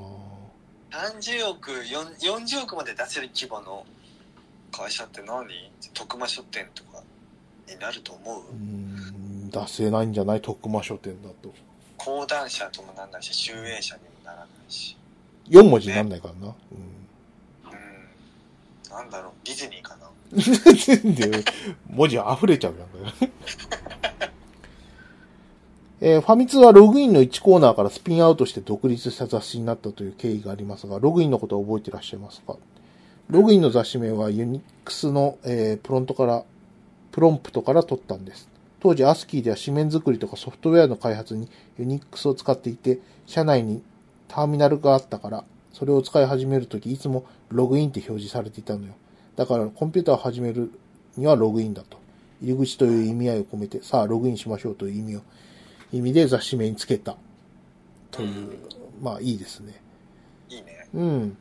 30億よん40億まで出せる規模の会社って何徳間書店とかになると思ううーん、出せないんじゃない徳間書店だと。講談社ともなんないし集英社にもならないし4文字になんないからな。うんなんだろうディズニーかなうん。で、文字溢れちゃうじゃんか よ。えーファミ通はログインの1コーナーからスピンアウトして独立した雑誌になったという経緯がありますが、ログインのことは覚えていらっしゃいますかログインの雑誌名はユニックスの、えープロントから、プロンプトから取ったんです。当時、アスキーでは紙面作りとかソフトウェアの開発にユニックスを使っていて、社内にターミナルがあったから、それを使い始めるとき、いつもログインって表示されていたのよ。だから、コンピューターを始めるにはログインだと。入り口という意味合いを込めて、さあ、ログインしましょうという意味を、意味で雑誌名につけた。という、まあ、いいですね。いいね。うん。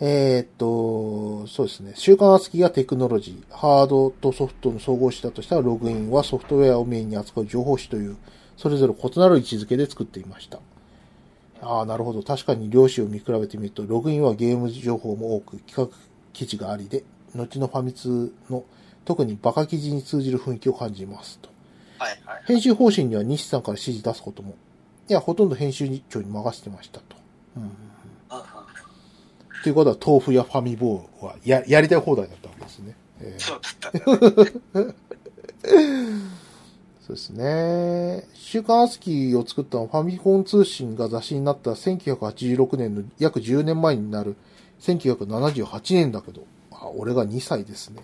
えーっと、そうですね。週刊アスキーがテクノロジー、ハードとソフトの総合誌だとしたら、ログインはソフトウェアをメインに扱う情報誌という、それぞれ異なる位置づけで作っていました。ああ、なるほど。確かに両誌を見比べてみると、ログインはゲーム情報も多く、企画記事がありで、後のファミ通の特にバカ記事に通じる雰囲気を感じますと。はいはい。編集方針には西さんから指示出すことも、いや、ほとんど編集長に任せてましたと。うんうんうんということは、豆腐やファミボーはややりたい放題だったわけですね。えーそうだったんだね。そうですね。週刊アスキーを作ったのはファミコン通信が雑誌になった1986年の約10年前になる1978年だけど、あ、俺が2歳ですね。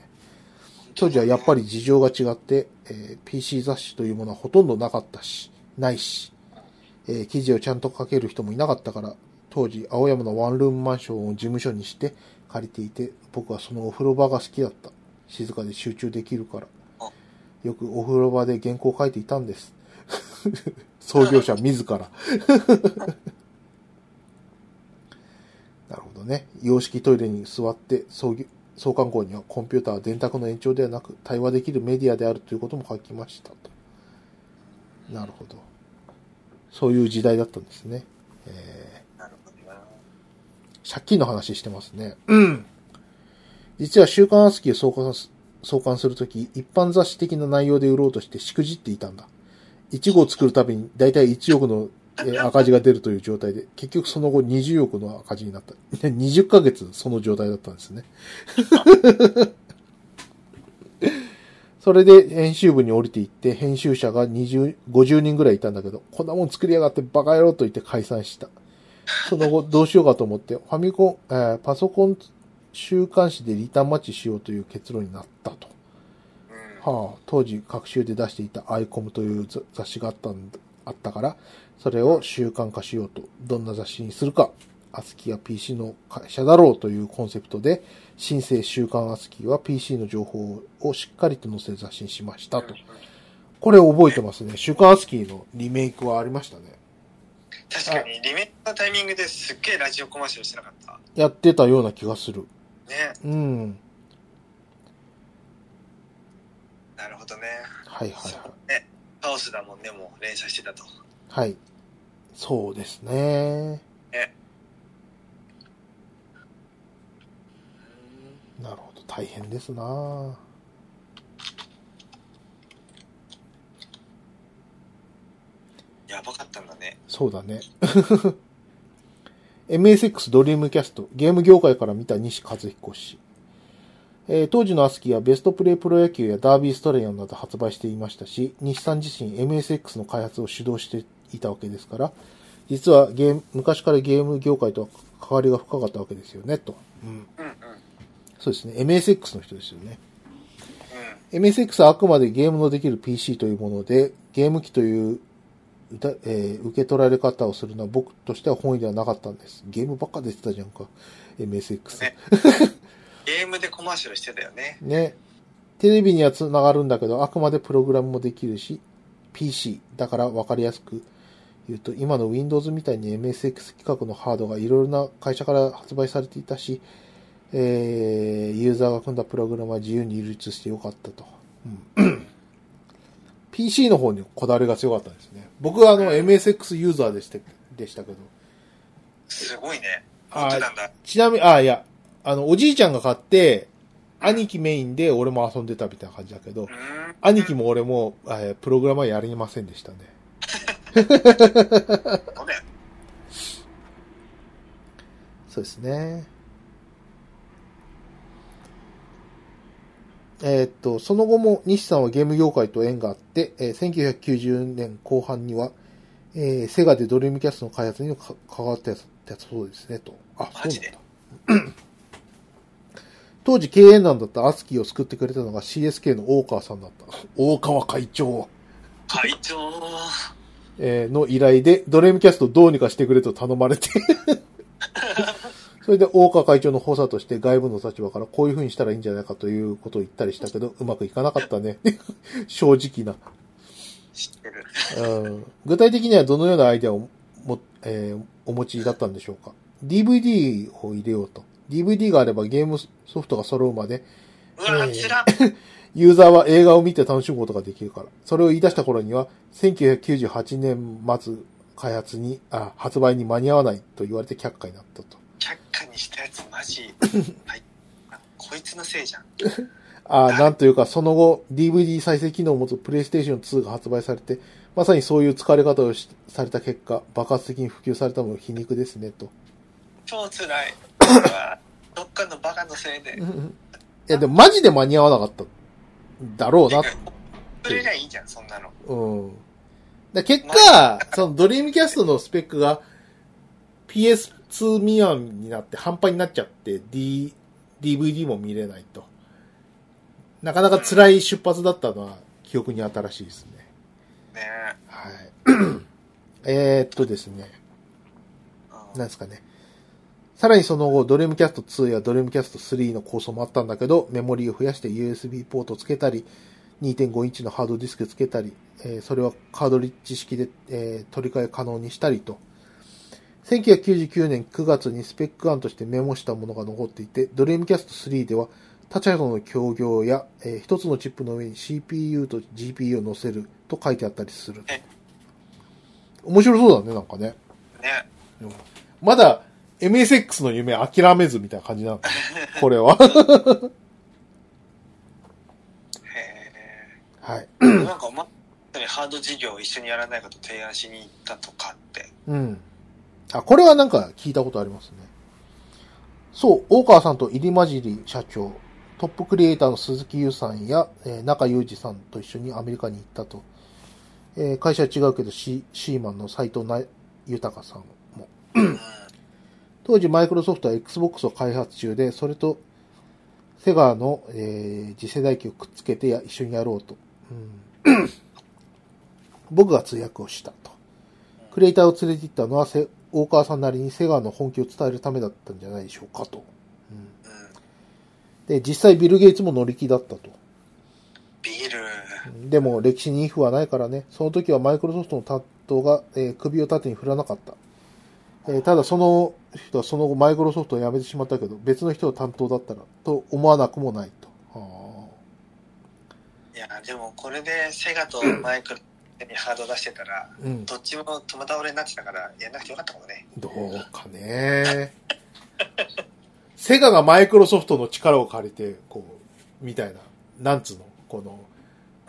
当時はやっぱり事情が違って、えー PC 雑誌というものはほとんどなかったし、ないし、えー記事をちゃんと書ける人もいなかったから、当時、青山のワンルームマンションを事務所にして借りていて、僕はそのお風呂場が好きだった。静かで集中できるからあ。よくお風呂場で原稿を書いていたんです。 創業者自ら。 なるほどね。洋式トイレに座って創業、創刊号にはコンピューターは電卓の延長ではなく対話できるメディアであるということも書きましたと。なるほど。そういう時代だったんですね。えなるほどな。ー、借金の話してますね。実は週刊アスキーを創刊す創刊するとき、一般雑誌的な内容で売ろうとしてしくじっていたんだ。1号を作るたびに大体1億のえー赤字が出るという状態で、結局その後20億の赤字になった。20ヶ 月その状態だったんですね。 それで編集部に降りていって、編集者が20、50人ぐらいいたんだけど、こんなもん作りやがってバカ野郎と言って解散した。その後どうしようかと思って、ファミコン、えーパソコン週刊誌でリターンマッチしようという結論になったと。うん。はあ、当時、各週で出していたアイコムという雑雑誌があったんだあったから、それを習慣化しようと、どんな雑誌にするか、アスキーは PC の会社だろうというコンセプトで、新生週刊アスキーは PC の情報をしっかりと載せる雑誌にしましたと。これ覚えてますね。週刊アスキーのリメイクはありましたね。確かに、リメイクのタイミングですっげえラジオコマーシャルしてなかった。やってたような気がする。ね。うん。なるほどね。はいはいはい。カオスだもんね、もう連載してたと。はい。そうですね。なるほど。大変ですなやばかったんだね。そうだね。MSX ドリームキャスト、ゲーム業界から見た西和彦氏。えー当時のアスキーはベストプレイプロ野球やダービーストレインなど発売していましたし、西さん自身 MSX の開発を主導していたわけですから、実はゲーム、昔からゲーム業界とは関わりが深かったわけですよね、と。うんうん。うん。そうですね。MSX の人ですよね。MSX はあくまでゲームのできる PC というもので、ゲーム機といううた、えー受け取られ方をするのは僕としては本意ではなかったんです。ゲームばっか出てたじゃんか。MSX ね。ゲームでコマーシャルしてたよね。ね。テレビにはつながるんだけど、あくまでプログラムもできるし、PC。だから分かりやすく言うと、今の Windows みたいに MSX 規格のハードがいろいろな会社から発売されていたし、えー、ユーザーが組んだプログラムは自由に流通してよかったと。PC の方にこだわりが強かったんですね。僕はあの MSX ユーザーでしたでしたけど。すごいね。持あってーたんだ。ちなみに、あ、いや、あの、おじいちゃんが買って、兄貴メインで俺も遊んでたみたいな感じだけど、うん。兄貴も俺も、えープログラマーやりませんでしたね。そうだよ。そうですね。えーっと、その後も西さんはゲーム業界と縁があって、えー1990年後半には、えーセガでドリームキャストの開発にもか関わってたそうですね、と。あ、マジでそう当時経営難だったアスキーを救ってくれたのが CSK の大川さんだった。大川会長、会長えーの依頼で、ドレームキャストどうにかしてくれと頼まれて。それで大川会長の補佐として外部の立場からこういう風にしたらいいんじゃないかということを言ったりしたけど、うまくいかなかったね。 正直な。知ってる。うん具体的にはどのようなアイデアをも、えーお持ちだったんでしょうか ?DVD を入れようと。DVD があればゲームソフトが揃うまで、うわ、つらっ。ユーザーは映画を見て楽しむことができるから。それを言い出した頃には、1998年末開発に、あ、発売に間に合わないと言われて却下になったと。却下にしたやつマ ジ。はい。あこいつのせいじゃん。あなんというか、その後、DVD 再生機能を持つ PlayStation 2が発売されて、まさにそういう疲れ方をしされた結果、爆発的に普及されたのも皮肉ですね、と。超つ らい。うわどっかのバカのせいで。いや、でもマジで間に合わなかった。だろうな。それがいいじゃん、そんなの。うん。だ結果、そのドリームキャストのスペックが PS2 未満になって半端になっちゃって、D、DVD も見れないと。なかなか辛い出発だったのは記憶に新しいですね。ねはい。えーっとですね。うんなんですかね。さらにその後、ドレームキャスト2やドレームキャスト3の構想もあったんだけど、メモリーを増やして USB ポートつけたり、2.5インチのハードディスクつけたり、えーそれはカードリッジ式で、えー取り替え可能にしたりと。1999年9月にスペック案としてメモしたものが残っていて、ドレームキャスト3では他社との協業や、えー一つのチップの上に CPU と GPU を載せると書いてあったりするえ。面白そうだね、なんかね。ねまだ MSX の夢諦めずみたいな感じなのかなこれは。へはい。え。 なんか、ま、ハード事業を一緒にやらないかと提案しに行ったとかって。うん。あ、これはなんか聞いたことありますね。そう、大川さんと入り混じり社長、トップクリエイターの鈴木優さんや、えー中裕二さんと一緒にアメリカに行ったと。えー会社は違うけど、シシーマンの斎藤な豊さんも。うん。当時マイクロソフトは Xbox を開発中で、それとセガの、えー次世代機をくっつけてや一緒にやろうと。うん僕が通訳をしたと。クリエイターを連れて行ったのはセ大川さんなりにセガの本気を伝えるためだったんじゃないでしょうかと。ううんん。で、実際ビル・ゲイツも乗り気だったと。ビール。でも歴史にイフはないからね、その時はマイクロソフトの担当が、えー首を縦に振らなかった。えーただその人はその後マイクロソフトを辞めてしまったけど、別の人が担当だったらと思わなくもないと。あいや、でもこれでセガとマイクロにハード出してたら、ーうん、どっちも友倒れになってたから、やんなくてよかったかもね。どうかね。セガがマイクロソフトの力を借りて、こう、みたいな、なんつうの、この、うん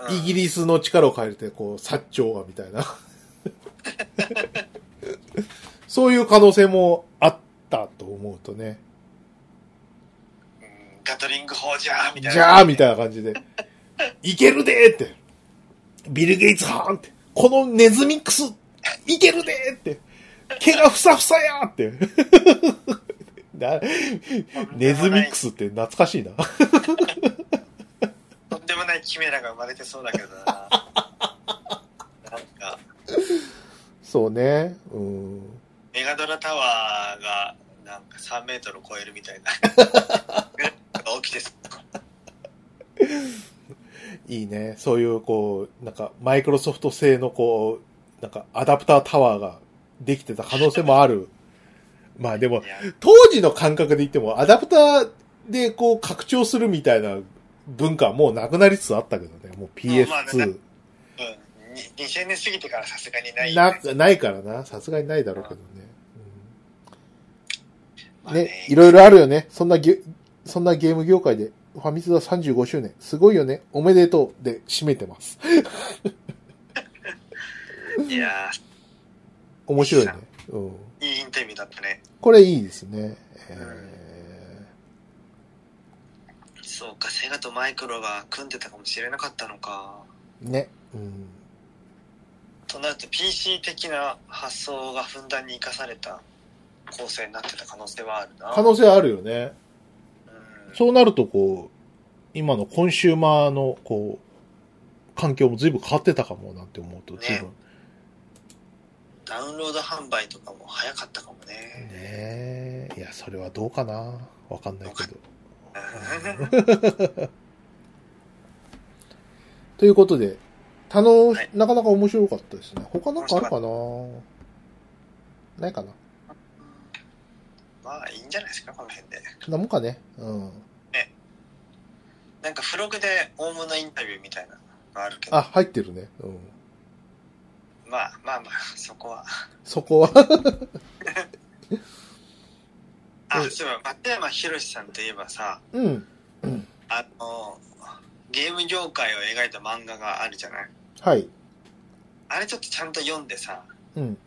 イギリスの力を借りて、こう、薩長がみたいな。そういう可能性もあったと思うとね。うんガトリング砲じゃーみたいな。じゃあみたいな感じで。いけるでーって。ビル・ゲイツはんって。このネズミックス、いけるでーって。毛がふさふさやーって。 なネズミックスって懐かしいな。とんでもないキメラが生まれてそうだけどな。なんか、そうね。うん。メガドラタワーが、なんか3メートル超えるみたいな。起きてそういいね。そういう、こう、なんか、マイクロソフト製の、こう、なんか、アダプタータワーができてた可能性もある。まあでもい、や当時の感覚で言っても、アダプターで、こう、拡張するみたいな文化はもうなくなりつつあったけどね。もう PS2。うんに2000年過ぎてからさすがにないよね、な、ないからな。さすがにないだろうけどね。まあうんね、いろいろあるよね。そんなゲ、そんなゲーム業界で、ファミ通は35周年。すごいよね。おめでとうで締めてます。いや面白いね。うん。ーいいインタビューだったね。これいいですね。えそうか、セガとマイクロが組んでたかもしれなかったのか。ーね。うん。となると PC 的な発想がふんだんに生かされた構成になってた可能性はあるな。可能性あるよね。うんそうなると、こう、今のコンシューマーの、こう、環境も随分変わってたかもなんて思うと、ね随分。ダウンロード販売とかも早かったかもね。ねえ。いや、それはどうかなわかんないけど。ということで、楽し、はいなかなか面白かったですね。他なんかあるかなないかな まあ、いいんじゃないですか、この辺で。そんなもんかね。うん。なんか、フログで大物インタビューみたいなのがあるけど、あ、入ってるね。うん。まあまあまあ、そこは。そこは、 あう、んそういえば、松山博さんといえばさ、うん。あの、ゲーム業界を描いた漫画があるじゃないはい。あれちょっとちゃんと読んでさ、うん。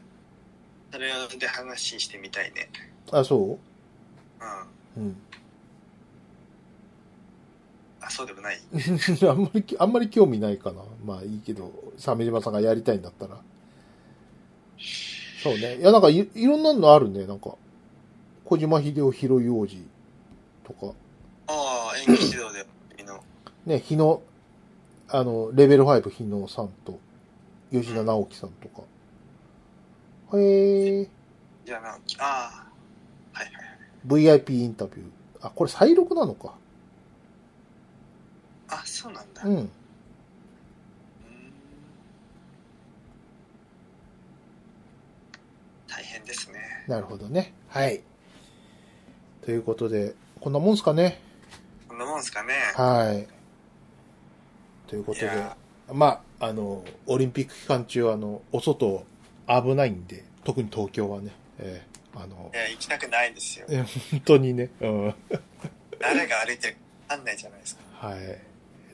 それで話してみたいね。あ、そうん。ううん。 あ、そうでもないあんまりき、あんまり興味ないかな。まあいいけど、鮫島さんがやりたいんだったら。そうね。いや、なんかい、いろんなのあるね。なんか、小島秀夫広い王子とか、ああ、演技指導で、みの。ね、日野、あの、レベル5日野さんと、吉田直樹さんとか。へえ、じゃあ、なああ、はいはい。 VIP インタビュー。あ、これ再録なのか。あ、そうなんだ。ううんん。大変ですね。なるほどね。はい。ということで、こんなもんすかね。こんなもんすかね。はい。ということいで、やまあ、あの、オリンピック期間中は、あの、お外危ないんで、特に東京はね、えーあのい、や、行きたくないですよ。本当にね、うん、は誰が歩いてるかわかんないじゃないですか。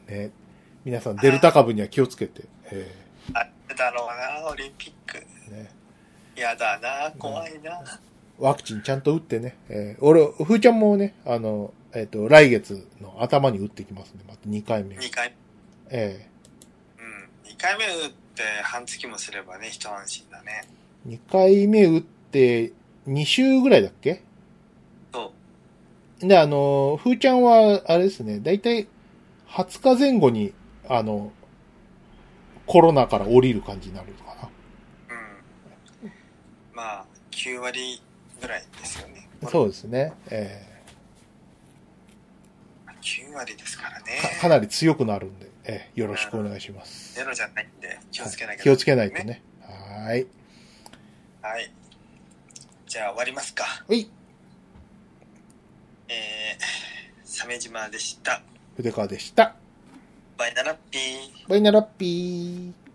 い。ね、皆さん、デルタ株には気をつけて、えあだろうな、オリンピック。ーね、やだな、怖いな。ワクチンちゃんと打ってね、えー俺、ふーちゃんもね、あの、えっ、と、来月の頭に打ってきますね、また2回目を。 2回、えうん。2回目打って半月もすればね、一安心だね。ー、2回目打って、2週ぐらいだっけそう。で、あの、ふーちゃんは、あれですね、だいたい20日前後に、あの、コロナから降りる感じになるのかうん。まあ、9割ぐらいですよね。な。そうですね。え9割ですからねー。かかなり強くなるんで、えーよろしくお願いします。ゼロじゃないんで、気をつけなきゃ気をつけないと。ね。はーい。はい。じゃあ終わりますか。はい。えー、鮫島でした。筆川でした。バイナラッピー。バイナラッピー。